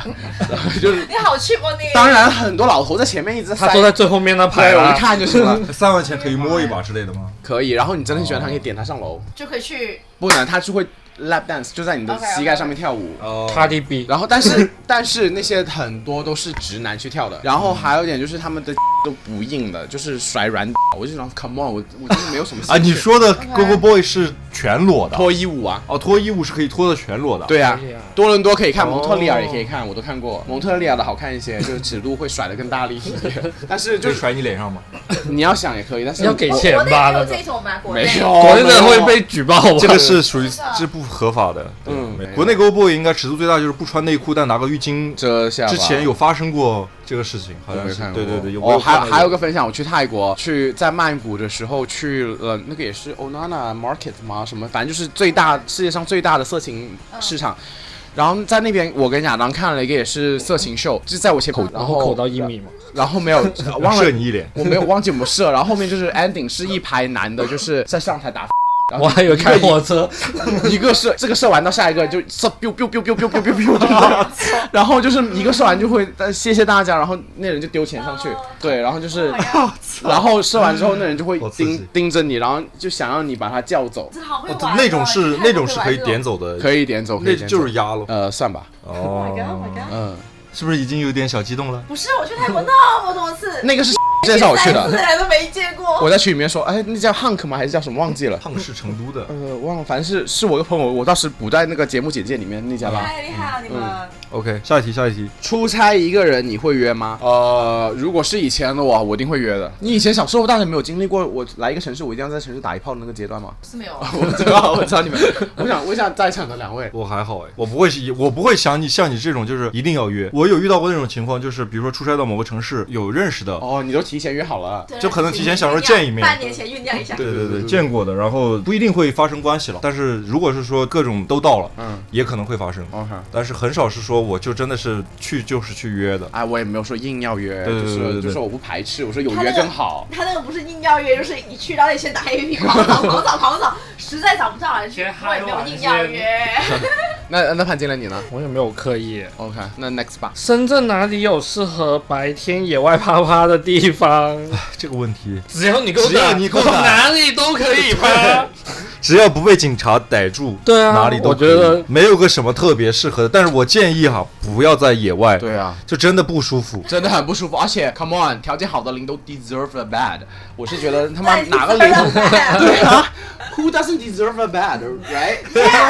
然后就是你好去过那当然很多老头在前面一直塞他，坐在最啊后面那排对，我了就。看就行 了，三万钱可以摸一把之类的吗？可以。然后你真的很哦喜欢他，可以点他上楼，就可以去不能他就会 lap dance，就在你的 OK，OK，OK 膝盖上面跳舞。哦 Cardi B，然后，但是 但是那些很多都是直男去跳的，然后还有一点就是他们的 都不硬的，就是甩软，我就想 come on，我我真的没有什么兴趣啊，你说的 Go Go Boy 是全裸的，脱衣舞啊？哦，脱衣舞是可以脱的全裸的。，对啊可以啊，多伦多可以看，哦蒙特利尔也可以看，我都看过。蒙特利尔的好看一些，就是尺度会甩得更大力一些，但是就就是甩你脸上吗？你要想也可以，但是要给国钱国内吧没有那种这种吧，国没内有，国内的没有会被举报吧？这个是属于是不合法的。对嗯国内 Go Boy 应该尺度最大就是不穿内裤，但拿个浴巾遮下巴。之前有发生过这个事情，好我像没是看过对对对，有我哦，还看到还有个分享，我去泰国，去在曼谷的时候去了那个也是 Onana Market 吗？什么，反正就是最大世界上最大的色情市嗯场。然后在那边，我跟亚当看了一个也是色情秀，就是在我前口，然然后后口到一，米嘛，然后没 有忘了射你一脸，我没有忘记我们射，然后后面就是 ending 是一排男的，就是在上台 打，然我后还以为开火车，一个射，这个射完到下一个就射 biu biu biu biu biu biu biu biu，然后就是一个射完就会呃谢谢大家，然后那人就丢钱上去，对，然后就是，Oh 然后射完之后那人就会好刺激盯盯着你，然后就想让你把他叫走，这好会哦玩哦，那种是这太会玩那种是可以这 点走的，可以点走，呃可那以点走就是压了。呃算吧， Oh my god, oh my 哦， god 嗯，是不是已经有点小激动了？ 不是，我去泰国那么多次，那个是 介绍我去三次的，来都没见过。我在群里面说，哎，那叫 hunk 吗？还是叫什么？忘记了。胖是成都的呃，忘了，反正是是我一个朋友，我当时补在那个节目简介里面那家吧。太厉害了，你嗯们！ ，OK，下一题，下一题，出差一个人你会约吗？呃，如果是以前的我，我一定会约的。你以前小时候、大学没有经历过我来一个城市，我一定要在城市打一炮的那个阶段吗？是没有， 我知道，我知道你们。 我想，我想在场的两位，我还好哎，我不会，我不会想你像你这种就是一定要约。我有遇到过那种情况，就是比如说出差到某个城市有认识的，哦，你都提前约好了。对 就可能提前想说见一面半年前酝酿一下。对对对，见过的，然后不一定会发生关系了，但是如果是说各种都到了，嗯也可能会发生， ，OK。但是很少是说我就真的是去就是去约的。哎，我也没有说硬要约，对对对就对是对就说我不排斥，我说有他约那个更好。他那个不是硬要约，就是你去到那先打 A P P 狂找狂找狂找，实在找不到人去，我也没有硬要约。那那潘金莲你呢我也没有刻意。 ？OK，那 next 吧。深圳哪里有适合白天野外啪啪的地方？这个问题，只要你够只要胆你够胆哪里都可以啪。只要不被警察逮住，对啊哪里都我可觉以得没有个什么特别适合的。但是我建议哈，不要在野外，对啊，就真的不舒服。真的很不舒服，而且 come on，条件好的零都 deserve a bad。我是觉得他妈哪个零都 对 啊，Who doesn't deserve a bad，right？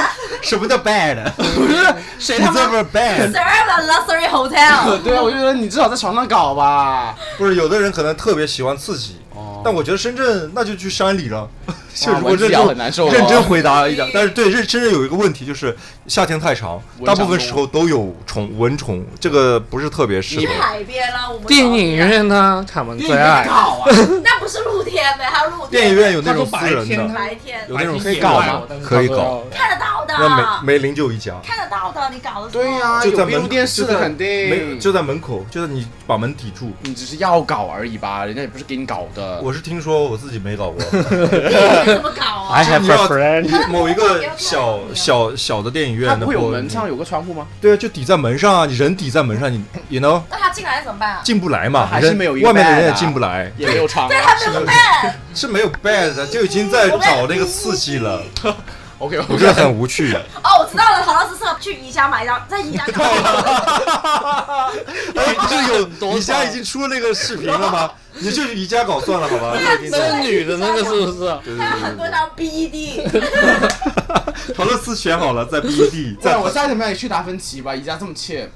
什么叫 bad？我觉得谁他妈 Deserve a bad？ Serve a luxury hotel，对啊，我就觉得你至少在床上搞吧。不是，有的人可能特别喜欢刺激，哦但我觉得深圳那就去山里 了。就哇如果认蚊子咬真很难受哦认真回答一下，但是对认深圳有一个问题就是夏天太长，蚊大帐部分多时候都有虫蚊虫，这个不是特别适合去。海边啦，我们 电影院呢？他们最爱。搞啊！那不是露天呗，还有露天电影院有那种他说私白人天的他，白天有那种白天私野人外的我但是可以他搞，说要看得到的，那没没零就一家。看得到的，你搞的时候对呀、就有在闭路门电视就的在肯没定，就在门口，就在你把门抵住。你只是要搞而已吧，人家也不是给你搞的。我是听说我自己没搞过，电影院怎么搞啊？ I 就是 have 你 a friend。要某一个小小小的电影它院，不会有门上有个窗户吗？对啊，就抵在门上啊，你人抵在门上，你你能那他进来怎么办啊？进不来嘛？还是人没有一个外面的 bed 人也啊进不来，也没有窗、对啊。他没有办，是没有 bed 的，就已经在找那个刺激了，啊 OK， 我觉得很无趣。哦，我知道了，陶乐斯社去宜家买一张，在宜家搞。哎，不是 有宜家已经出那个视频了吗？你就去宜家搞算了，好吧？ 那个女的那个是不是？对对他有对很多张 BD，对，陶乐斯选 好了，在 BD，对，在我再怎么样也去达芬奇吧，宜家这么欠，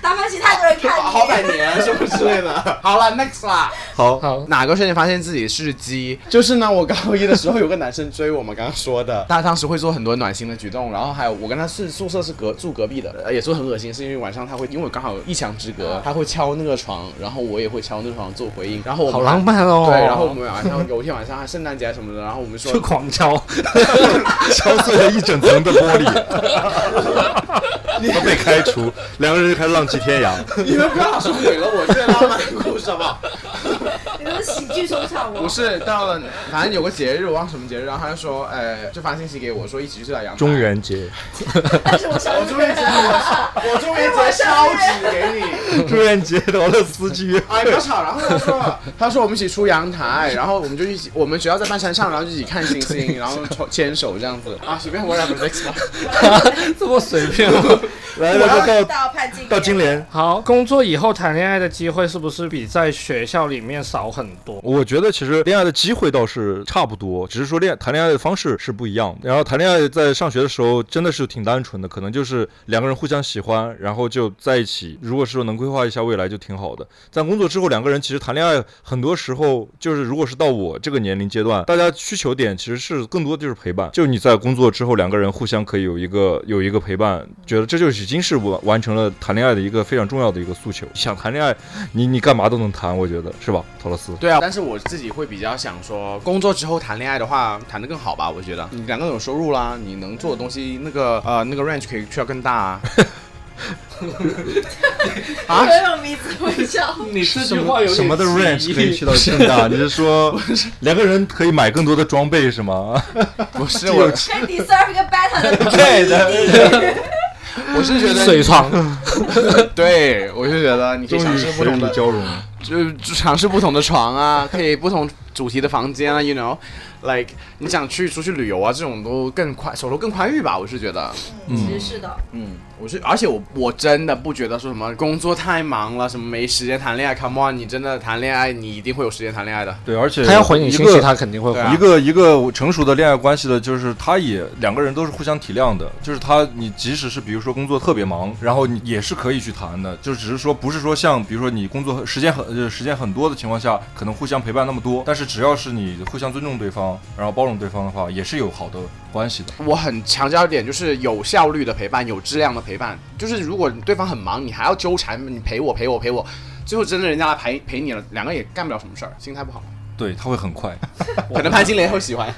达芬奇太多人看啊你。好百年什么之类 的。好了，next 啦。 好好，哪个瞬间发现自己是鸡？就是呢，我高一的时候有个男生追我们，刚刚说的， 他当时会做很多暖心的举动，然后还有我跟他是宿舍是隔住隔壁的，呃也是很恶心，是因为晚上他会因为我刚好一墙之隔，他会敲那个床，然后我也会敲那个床做回应，然后我们好浪漫哦。对，然后我们晚上有一天晚上还圣诞节什么的，然后我 们说就狂敲，敲碎了一整层的玻 璃，他被开除，两个人就开始浪迹天涯。你们不要老是毁了我这浪漫的故事好 不好？你都是喜剧收场哦。不是到了，反正有个节日，我忘了什么节日，然后他就说，呃，就发信息给我说一起去吃阳中元节，但是我想我终于知道我，我终于截烧纸给你。中元节陶乐斯 去约哎，会不要吵！然后他说， 他说我们一起出阳 台，然后我们就一起，我们学校在半山上，然后就一起看星 星，然后牵手这样子啊，随便 whatever next 吧。这么随便吗？来来来，到到潘金到金莲，莲，好，工作以后谈恋爱的机会是不是比在学校里面少很多？我觉得其实恋爱的机会倒是差不多，只是说恋谈恋爱的方式是不一样的。然后谈恋爱在上学的时候真的是挺单纯的，可能就是两个人互相喜欢，然后就在一起。如果是说能规划一下未来，就挺好的。在工作之后，两个人其实谈恋爱很多时候就是，如果是到我这个年龄阶段，大家需求点其实是更多的就是陪伴。就你在工作之后，两个人互相可以有一个有一个陪伴，觉得这就已经是完完成了谈恋爱的一个非常重要的一个诉求。想谈恋爱，你你干嘛都能谈，我觉得是吧，陶乐斯？ 对啊，但是我自己会比较想说，工作之后谈恋爱的话，谈得更好吧？我觉得你两个人有收入啦，你能做的东西那个呃那个 range 可以去到更大 啊。啊 有一种迷之微笑。你这什句话么有点什么的歧义 range 可以去到更大？你是说两个人可以买更多的装备是吗？不是我，可以 deserve 一个 better 的 对的，我是觉得水床， 对，我是觉得你可以尝试不同的交融。就就尝试不同的床啊， 可以不同主题的房间啊，you know，like 你想去出去旅游啊，这种都更宽，手头更宽裕吧，我是觉得。其实是的，嗯，我是，而且我我真的不觉得说什么工作太忙了，什么没时间谈恋爱，come on，你真的谈恋爱，你一定会有时间谈恋爱的。对，而且他要回你一信息，个他肯定会回对。啊一个一个成熟的恋爱关系的，就是他也两个人都是互相体谅的，就是他你即使是比如说工作特别忙，然后你也是可以去谈的，就只是说不是说像比如说你工作时间很呃时间很多的情况下，可能互相陪伴那么多，但是只要是你互相尊重对方，然后包容对方的话，也是有好的关系的。我很强调一点，就是有效率的陪伴，有质量的陪伴。就是如果对方很忙，你还要纠缠，你陪我陪我陪我，最后真的人家来陪陪你了，两个也干不了什么事儿，心态不 好。对，他会很快，可能潘金莲会喜欢。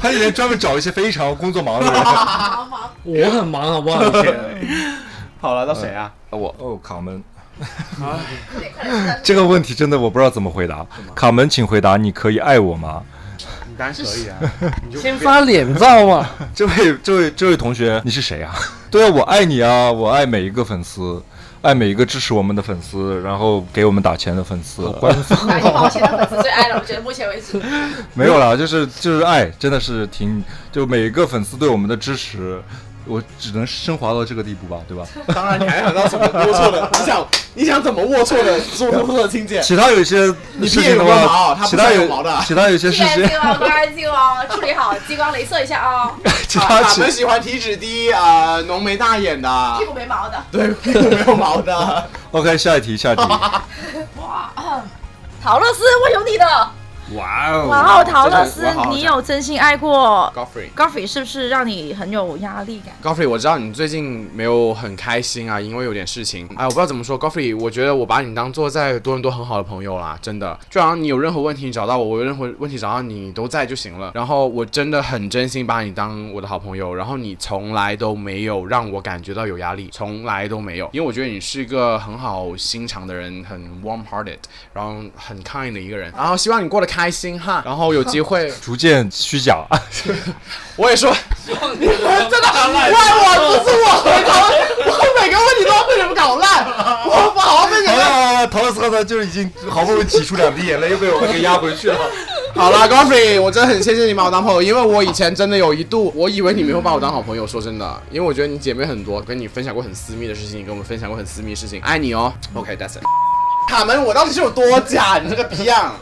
他以前专门找一些非常工作忙的人。好忙。我很忙好不好？以前好了，到谁啊？ 我哦，卡门，对快点快点这个问题真的我不知道怎么回答。卡门，请回答，你可以爱我吗？你当然可以啊。先发脸照嘛， 这位这位这位同学，你是谁啊？对啊，我爱你啊，我爱每一个粉丝，爱每一个支持我们的粉丝，然后给我们打钱的粉丝。打一毛钱的粉丝最爱了，我觉得目前为止。 没有啦，就是就是爱，真的是挺，就每一个粉丝对我们的支持，我只能升华到这个地步吧，对 吧？当然，你还想到什么龌 龊的？你想，你想怎么龌龊的做龌龊的亲戚？其他有一些你事屁眼情有的个毛话，他不其他是有有毛的其他有一些激事 光情激，光，关激光，处理好，激光镭射一下哦，其啊他卡其门喜欢体脂低啊、呃浓眉大眼的屁，股没毛的。对，屁股没有毛的。 OK，下一题，下一题。哇，陶乐斯，我有你的。哇哦哇哦，陶乐斯我好，好你有真心爱过 Godfrey。 Goffrey 是不是让你很有压力感？ Godfrey，我知道你最近没有很开心啊，因为有点事情。哎，我不知道怎么说，Godfrey，我觉得我把你当做在多伦多很好的朋友啦，真的。就好像你有任何问题，你找到我，我有任何问题找到你，你都在就行了。然后我真的很真心把你当我的好朋友，然后你从来都没有让我感觉到有压力，从来都没有。因为我觉得你是一个很好心肠的人，很 warm-hearted，然后很 kind 的一个人。然后希望你过得开心哈，然后有机会，逐渐虚假，我也说。真的很烂，怪我不是我搞，我每个问题都要被你们搞烂，我不好好被你 好们。了，陶乐斯刚才就是已经好不容易挤出两滴眼泪，又被我们给压回去了。好啦 g o f f r y 我真的很谢谢你把我当朋友，因为我以前真的有一度，我以为你没有把我当好朋友。说真的，因为我觉得你姐妹很多，跟你分享过很私密的事情，你跟我们分享过很私密的事情，爱你哦。OK，that's、it。卡门，我到底是有多假？你这个逼样！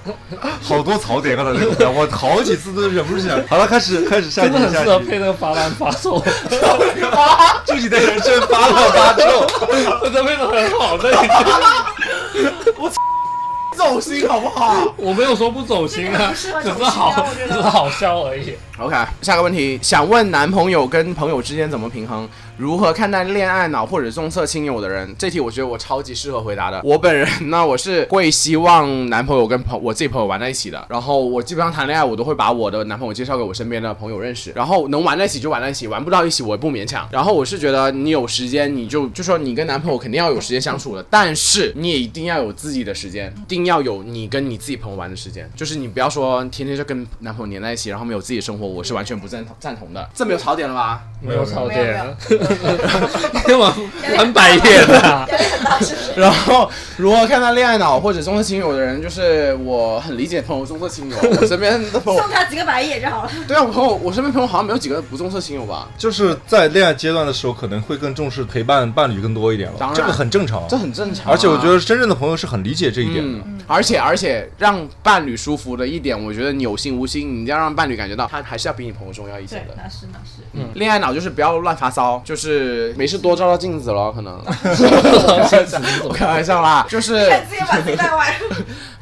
好多槽点啊！他这个我好几次都忍不住想。好了，开始开始下一真集的很下适合一配集，那个发烂发臭，自己的人生发了发臭。真的配的很好。那你走心好不好我没有说不走心啊，只这个不适合走心是好，只啊我觉得是好笑而已。 ？OK，下个问题，想问男朋友跟朋友之间怎么平衡？如何看待恋爱脑或者重色轻友的人？这题我觉得我超级适合回答的。我本人呢，我是会希望男朋友跟朋我自己朋友玩在一起的。然后我基本上谈恋爱，我都会把我的男朋友介绍给我身边的朋友认识。然后能玩在一起就玩在一起，玩不到一起我也不勉强。然后我是觉得你有时间，你就就说你跟男朋友肯定要有时间相处的，但是你也一定要有自己的时间，一定要有你跟你自己朋友玩的时间。就是你不要说天天就跟男朋友黏在一起，然后没有自己的生活，我是完全不赞同赞同的。这没有槽点 了吧？ 没有槽没有没点有啊，很很白眼的。压力很大，是不是？然后如何看待恋爱脑或者棕色亲友的人，就是我很理解朋友棕色亲友，我身边的朋友送，他几个白眼就好了。对啊，我朋友我身边朋友好像没有几个不棕色亲友吧， 就是在恋爱阶段的时候，可能会更重视陪伴伴侣更多一点当了，然这个很正常。这很正常啊、而且我觉得真正的朋友是很理解这一点的。嗯，而且而且让伴侣舒服的一点，我觉得你有心无心，你要让伴侣感觉到他还是要比你朋友重要一些对，的。那是那是。恋爱脑就是不要乱发骚，就是没事多照照镜子咯，可能。我开玩笑啦，就 是看自己把自己带歪。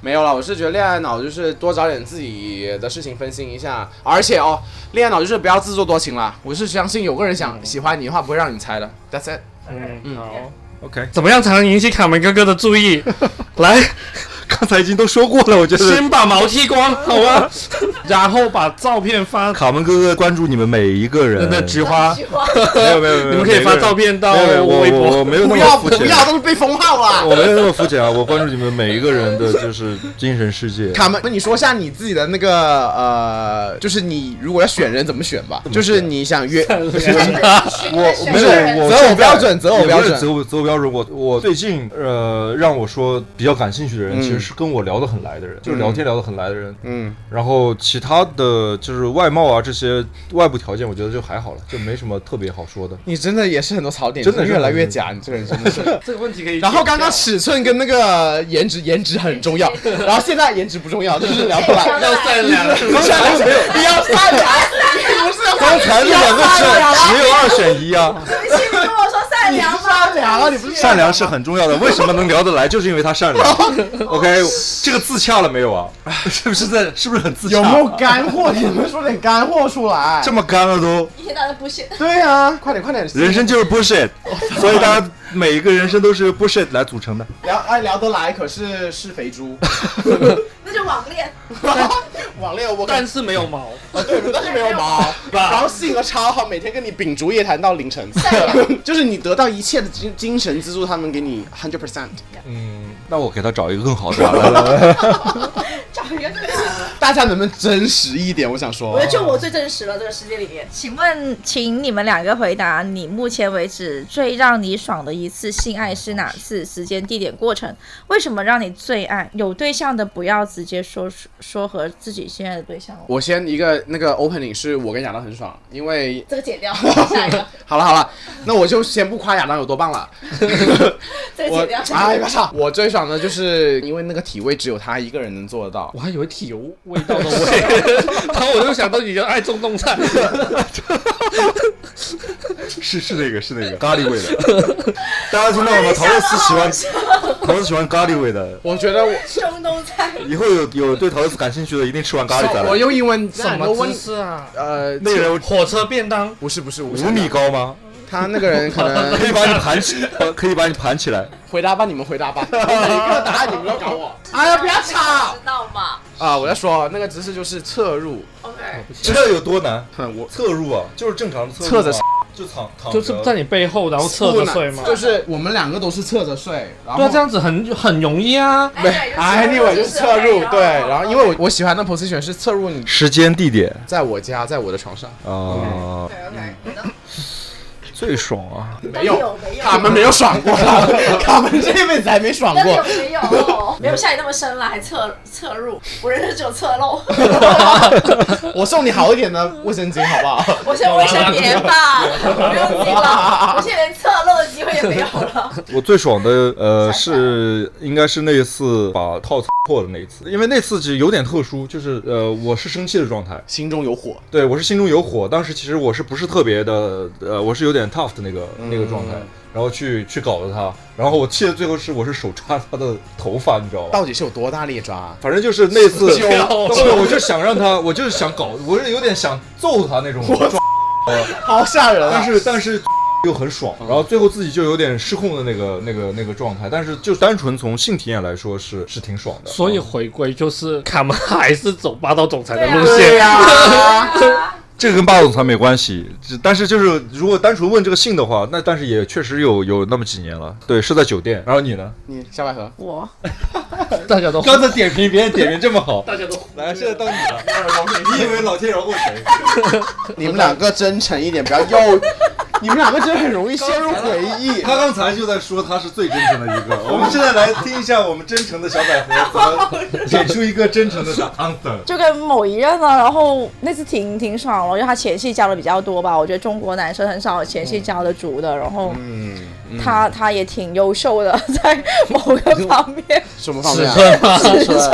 没有了。我是觉得恋爱脑就是多找点自己的事情分心一下，而且哦，恋爱脑就是不要自作多情啦。我是相信有个人想喜欢你的话，不会让你猜的。That's it。嗯，好。 OK，怎么样才能引起卡门哥哥的注意？ 来，刚才已经都说过了，我觉得先把毛 剃光，好吗？然后把照片发。卡门哥哥关注你们每一个人。那菊 花，菊花， 没有没有没有，你们可以发每个人照片到没有没有我微我博我。没有那不么要肤不浅，要，都是被封号啦。 我没有那么肤浅啊！我关注你们每一个人的就是精神世界。卡门，那你说一下你自己的那个呃，就是你如果要选人怎么选吧，就是你想 约我没有选个人我择偶现在标准择偶也不是标准择偶择偶标准。我我最近呃让我说比较感兴趣的人，嗯其实是跟我聊得很来的人，就是聊天聊得很来的人。嗯，然后其他的就是外貌啊这些外部条件，我觉得就还好了，就没什么特别好 说的。你真的也是很多槽点，真的是你越来越假，你这个人真的是。 这个问题可以。啊然后刚刚尺寸跟那个颜值，颜值很重 要，然后现在颜值不重要，就是聊不来。要善良，不是没有，你要善良，你不是要刚才那两个是只有二选一 啊，你是不是跟我说善良吗？善良啊你不 是善良是很重要的。为什么能聊得来，就是因为他善 良。OK，这个自洽了没有啊？ 是不是在？是不是很自洽？ 有没有干货？你们说点干货出来这。么干了都？一天到晚不屑。对啊，快点快点，人生就是 bullshit，所以大家每一个人生都是 bullshit 来组成的。聊哎聊得来，可是是肥猪。那就网恋， 网恋我但但是没有毛。对，但是没有毛， 然后性格超好，每天跟你秉烛夜谈到凌晨，啊 就是你得到一切的精精神支柱，他们给你 hundred percent。嗯，那我给他找一个更好的。来来来，找一个这个。大家能不能真实一点？我想我说觉，得就我最真实了，这个世界里面。请问，请你们两个回答，你目前为止最让你爽的一次性爱是哪次？时间、地点、过程？为什么让你最爱？有对象的不要直接说说和自己现在的对象哦。我先一个那个 opening 是我跟亚当很爽，因为这个剪掉，下一个，好了好了，那我就先不夸亚当有多棒 了。这个我剪掉。哎呀，我操！我最爽的就是因为那个体位只有他一个人能做得到。我还以为体有味道 的味，然后我就想到你就爱种种菜， 是是那个是那个咖喱味的。 大家听到了吗？陶乐斯喜欢，陶乐斯喜欢咖喱味的。我觉得我中东菜，以后有有对陶乐斯感兴趣的，一定吃完咖喱再 我来。用英文 什都么问姿势啊？呃，那个人 火车便当，不是不是，我五想米高吗？他那个人可可 以能把你盘 起，可以把你盘起来。回答吧，你们回 答吧，我每一个答案你们要搞我。哎呀，不要吵知道吗啊！我在说那个姿势就是侧入， ？OK，这有多难？哼我侧入啊，就是正常的侧侧着睡就躺躺就是在你背后，然后侧着睡吗？就是我们两个都是侧着睡，然对后啊，这样子很很容易啊。没，anyway 就是哎侧入，对，然后因为我我喜欢的 position 是侧入，你时间地点嗯在我家，在我的床上。啊， OK，最爽啊！没有没有，卡门没有爽 过他，卡门这辈子还没爽真的有过。没有？没有像你那么深了，还侧侧入，我认识只有侧漏。 我送你好一点的卫生巾好不好？ 我先卫生棉 吧，不用紧了，我现在连侧漏的机会也没有 了。我最爽的呃想想是应该是那一次把套破的那一次，因为那次其实有点特殊，就是呃我是生气的状态，心中有火，对我是心中有火，当时其实我是不是特别的呃我是有点 tough 的那个那个状态，然后去去搞的他，然后我气的最后是我是手抓他的头发，你知道吗？到底是有多大劣爪啊？反正就是那次， 酒对，我就想让他，我就是想搞，我是有点想揍他那种状态，好吓人但啊！是但是 又很爽，嗯然后最后自己就有点失控的那个那个那个状态，但是就单纯从性体验来说是是挺爽的。嗯所以回归就是卡门还是走霸道总裁的路对啊线，呀、这个跟霸总裁没关系，只但是就是如果单纯问这个性的话，那但是也确实有有那么几年了，对，是在酒店。然后你呢？ 你小百合，我大家都刚才点评别人点评这么 好，家都来，现在到你了，你以为老天饶过 谁？你们两个真诚一点，不要 又，你们两个真的很容易陷入回忆。他刚才就在说他是最真诚的 一个，我们现在来听一下我们真诚的小百合怎么给出一个真诚的答 answer。就跟某一任呢，啊然后那次挺挺爽了，因为他前戏教的比较多吧，我觉得中国男生很少有前戏教的足的，然后嗯，他、他也挺优秀的，在某个方面，什么方面、啊？尺寸，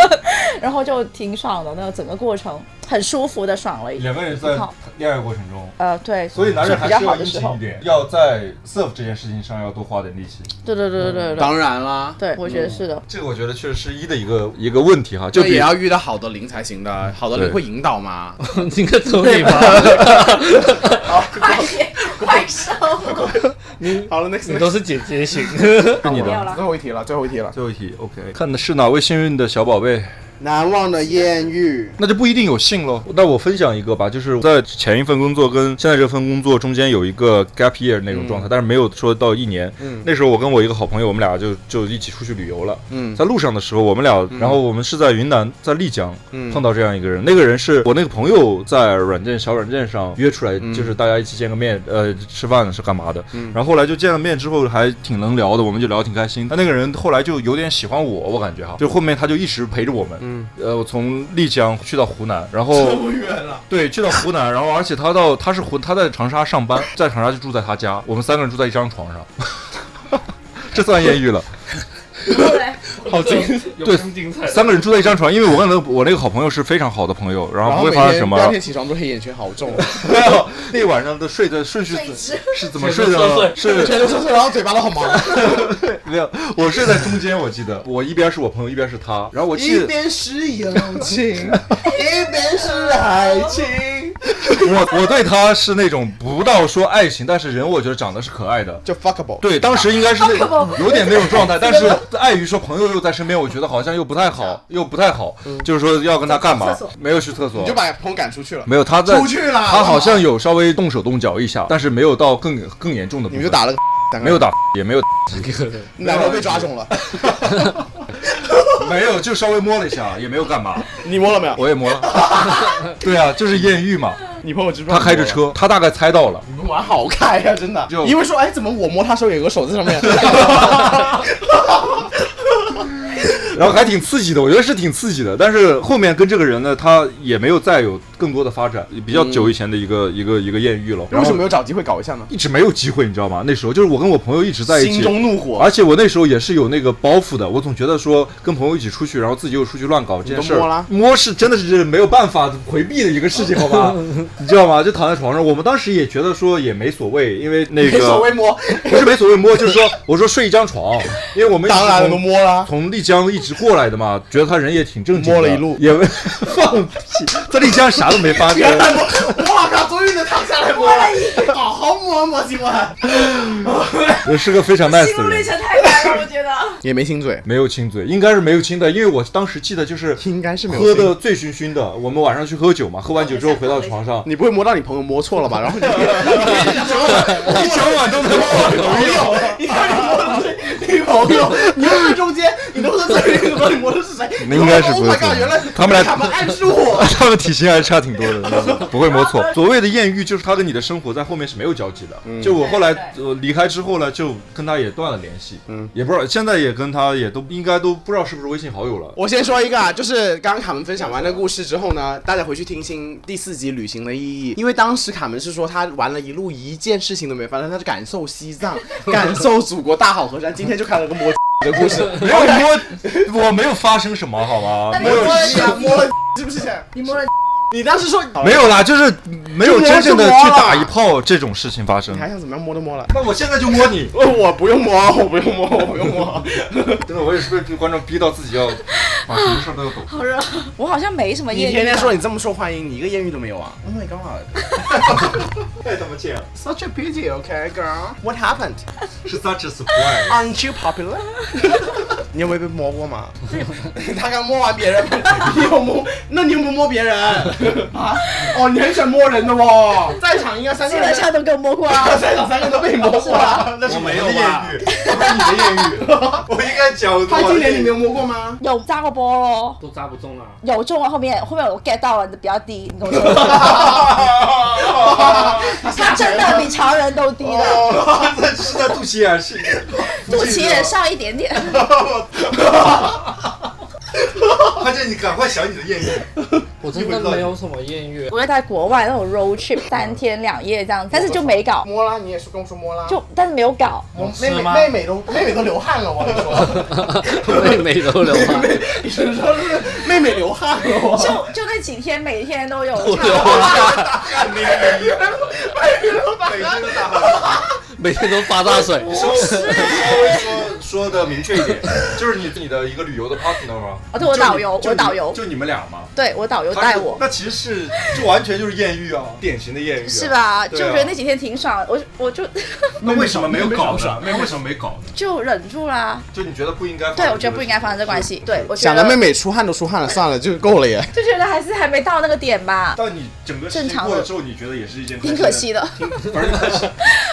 然后就挺爽的，那个整个过程很舒服的爽了一，两个人在恋爱过程中，呃对，所以男人是还比较是好要的殷时勤候一，点，要在 serve 这件事情上要多花点力气。对对对对对对，当然啦，对我觉嗯得是的，这个我觉得确实是一的一个一个问题哈，就这也比要遇到好的零才行的，好的对零会引导 嘛。你个走你吧，快点，快收！好了，next， 你都是姐姐型。你 没有的了。 最后一题了，最后一题了。最后一题，OK，看的是哪位幸运的小宝贝？难忘的艳遇，那就不一定有幸喽。那我分享一个吧，就是在前一份工作跟现在这份工作中间有一个 gap year 那种状态，但是没有说到一年。嗯那时候我跟我一个好朋友，我们俩就就一起出去旅游了。嗯在路上的时候，我们俩，然后我们是在云南，在丽江、嗯碰到这样一个人。那个人是我那个朋友在软件小软件上约出来，就是大家一起见个面，呃，吃饭是干嘛的。然后后来就见了面之后，还挺能聊的，我们就聊得挺开心。但那个人后来就有点喜欢我，我感觉哈，就后面他就一直陪着我们。嗯，呃，我从丽江去到湖南，然后 对，去到湖南，然后而且他到他是湖他在长沙上班，在长沙就住在他家，我们三个人住在一张床上， 这算艳遇了。然后嘞，好精，对精彩三个人住在一张床，因为我跟那个我那个好朋友是非常好的朋友，然后然不会后每发生天什第么。二天起床都黑眼圈好重，啊没有，那晚上的睡的顺 序睡是姿是怎么睡的呢？是全都是然后嘴巴都好毛， 没有，我睡在中间，我记得我一边是我朋友，一边是他，然后我记一得边是友情，一边是爱情。我我对他是那种不到说爱情，但是人我觉得长得是可爱的，就 fuckable，对，当时应该是那有点那种状 态，但是碍于说朋友又在身边，我觉得好像又不太好，又不太好，就是说要跟他干嘛嗯厕所？没有去厕所，你就把朋友赶出去了，没有他在出去啊啦他好像有稍微动手动脚一下，但是没有到更更严重的部分，你们就打了个三 个没有打也 没有男朋友被抓中了， 没有就稍微摸了一下，也没有干嘛，你摸了没有？我也摸了， 对啊，就是艳遇嘛。你朋友知不知道他你开着摸了？车，他大概猜到了，你们玩好开呀、真的就。因为说，哎，怎么我摸他时候有个手 在上面？然后还挺刺激的，我觉得是挺刺激的。但是后面跟这个人呢，他也没有再有更多的发展，比较久以前的一个、一个一个艳遇了。然为后什么没有找机会搞一下呢？一直没有机会，你知道吗？那时候就是我跟我朋友一直在一心起，中怒火而，且我那时候也是有那个包袱的，我总觉得说跟朋友一起出去，然后自己又出去乱搞这件事你儿，都摸了摸是真的是没有办法回避的一个事情，好 吧？你知道吗？就躺在床上，我们当时也觉得说也没所谓，因为那 没所谓个摸，不是没所谓摸，就是说我说睡一张床，因为我们一直当然我从都摸啊了。从丽江一直过来的嘛，觉得他人也挺正经的，摸了一路也没 放屁，在丽江啥都没发 生。哇靠！终于能躺下来摸了，好好摸摸今晚。我是个非常 nice 心路的历人，程太难了，我 觉得。也没亲嘴，没有亲嘴，应该是没有亲的，因为我当时记得就是应该是没有喝亲的醉醺醺的，我们晚上去喝酒嘛，喝完酒之后回到床 上，你不会摸到你朋友摸错了吧？然 后你一整晚一整晚都没有。朋友，你看你摸到你朋友朋友，你又在中间，你都是最那个说你摸的是谁？那应该是不会 Oh my god，原来他们俩他们暗示我。 他们体型还是差挺多的，嗯不会摸错。所谓的艳遇，就是他跟你的生活在后面是没有交集的。就我后来呃离开之后呢，就跟他也断了联系，嗯，也不知道现在也跟他也都应该都不知道是不是微信好友了。 我先说一个啊，就是刚刚卡门分享完那个故事之后呢，大家回去听听第四集《旅行的意义》，因为当时卡门是说他玩了一路一件事情都没发生，他是感受西 藏，感受祖国大好河山。今天就看了个摸的故事， 没有摸，我没有发生什么，好吗？没摸有，了呀，啊摸了是不是？你摸了，你当时说没，有啦，就是没有真正的去打一炮这种事情发生你。还想怎么样摸都摸了。那我现在就摸你。哦我不用摸，我不用摸，我不用摸。啊真的，我也是被观众逼到自己要把什么事儿都要懂。我好像没什么 你艳遇。天天说你这么受欢迎，你一个艳遇都没有啊？Oh my god, 太他妈贱了 such a pity, okay, girl. What happened? 是 such a surprise。 Aren't you popular？你有没有被摸过吗？ 他刚摸完别人，你有摸？那你有没有摸别人啊？哦，你很喜欢摸人的哦。在场应该三个基人本，上都跟我摸 过啊。在场三个都被你摸过了，那是我没有的吧艳？遇，我你的艳遇，我应该讲我的潘金莲，你没有摸过吗？有扎过波咯，都扎不中啊。有中了，后面后面我 get 到了，你比较低，你跟我 说，他真的比常人都低哦的，这是在肚脐眼是肚脐也上一点点。潘姐，你赶快想你的艳遇。我真的没有什么艳遇，我就在国外那种 road trip 三天两夜这样子，但是就没搞，摸啦，你也是跟我说摸啦。就但是没有搞，我吃妹妹吗妹妹都妹妹都流汗了，我跟你说，妹妹都流汗。你说是妹妹流汗了，我就就那几天每天都 有我差啊流汗，北京的大汉， 每天都发 大水。稍微说说的明确一点，就是你你的一个旅游的 partner 吗？哦对我导游就你我导游就你们俩吗？对我导游他带是 我。啊那其实是就完全就是艳遇啊，典型的艳遇啊，是吧？就对啊觉得那几天挺爽，我我就 那为什么没有搞呢？那为什么没搞呢？就忍住啦。就你觉得不应该？对，我觉得不应该发生这关系。对，我觉想着得妹妹出汗都出汗了，算了，就够了也。就觉得还是还没到那个点吧，但你整个事正情常的过了之后，你觉得也是一件挺可惜的。的。不是但是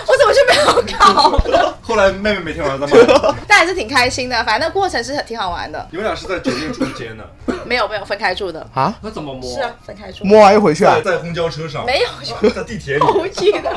我怎么就没有搞了？后来妹妹每天晚上在 骂但还是挺开心的，反正那过程是挺好玩的。你，你们俩是在酒店中间的，没有没有分开住的，啊，那怎么摸？是啊，分开住。摸完又回去啊在？在公交车上，没有在地 铁里，有趣的，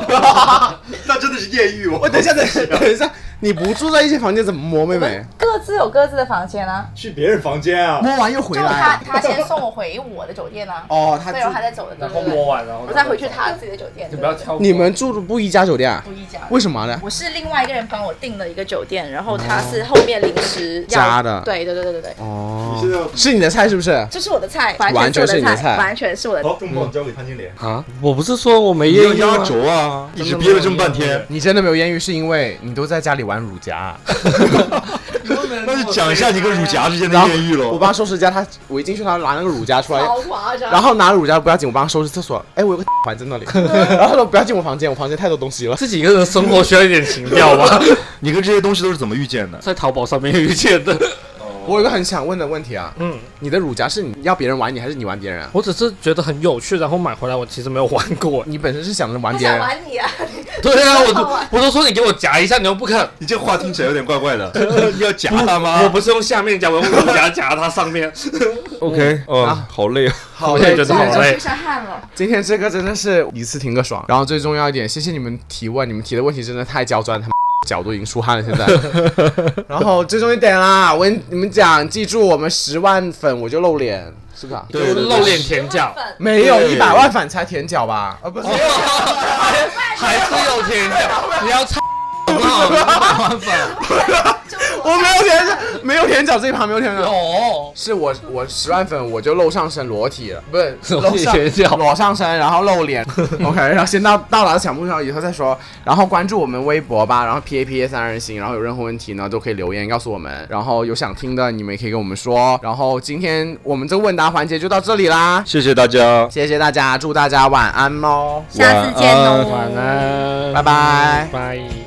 那真的是艳遇哦。我等一下，等一下，等一下，你不住在一间房间怎么摸妹妹？各自有各自的房间啊。去别人房间啊？摸完又回就他来。他先送我回我的酒店啊，哦，他所以我还住。在走的然对后不摸对？完，然后我再回去他自己的酒店。你对不要对对挑。你们住的不一家酒店啊？不一家。为什么呢？我是另外一个人帮我订了一个酒店，然后他是后面临时要加的对对对对对对，你嗯哦现在是你的菜是不是？这是我的菜，完全是我你的的菜完全是我的。好，重磅交给潘金莲。啊？我不是说我没艳遇吗？轴啊，一直憋了这么半 天，你真的没有艳遇，是因为你都在家里玩乳夹。啊那就讲一下你跟乳夹之间的然后艳遇 我喽。帮收拾家，他我一进去，他拿那个乳夹出来，超夸张！然后拿了乳夹不要紧，我帮他收拾厕所。哎，我有个 环在那里，然后他说不要进我房间，我房间太多东西了。自己一个人生活需要一点情调 吧，你跟这些东西都是怎么遇见的？在淘宝上面遇见的。我有个很想问的问题啊，嗯，你的乳夹是你要别人玩你，还是你玩别人啊？我只是觉得很有趣，然后买回来我其实没有玩过。你本身是想着玩他别想人，玩你啊！ 对啊，我都我都说你给我夹一下，你又不肯。你这话听起来有点怪怪的， 你要夹他我吗不是用下面夹，我用乳夹夹它 上面。 ？OK，哦，好累啊。好我也觉得好累。上汗了，今天这个真的是一次听个爽，然后最重要一点，谢谢你们提问，你们提的问题真的太刁钻，他们脚都已经出汗了现在。 然后最重要一点啦，我跟你们讲，记住我们十万粉我就露脸，是不是、啊？对对对露脸舔 脚，没有对一百万粉才舔脚吧？啊，不是，啊哦还是有舔 脚。你要擦好不好？麻 烦。我没有舔脚，没有舔脚这一盘没有舔脚。哦，是我我十万粉我就露上身 裸体了，不是露上舔脚裸上身，然后露脸 ，OK，然后先到到达小木上以后再说，然后关注我们微博吧，然后 P A P A 三人行，然后有任何问题呢都可以留言告诉我们，然后有想听的你们也可以跟我们说，然后今天我们这个问答环节就到这里啦，谢谢大家，谢谢大家，祝大家晚安喽，下次见晚安哦。晚安，拜拜拜。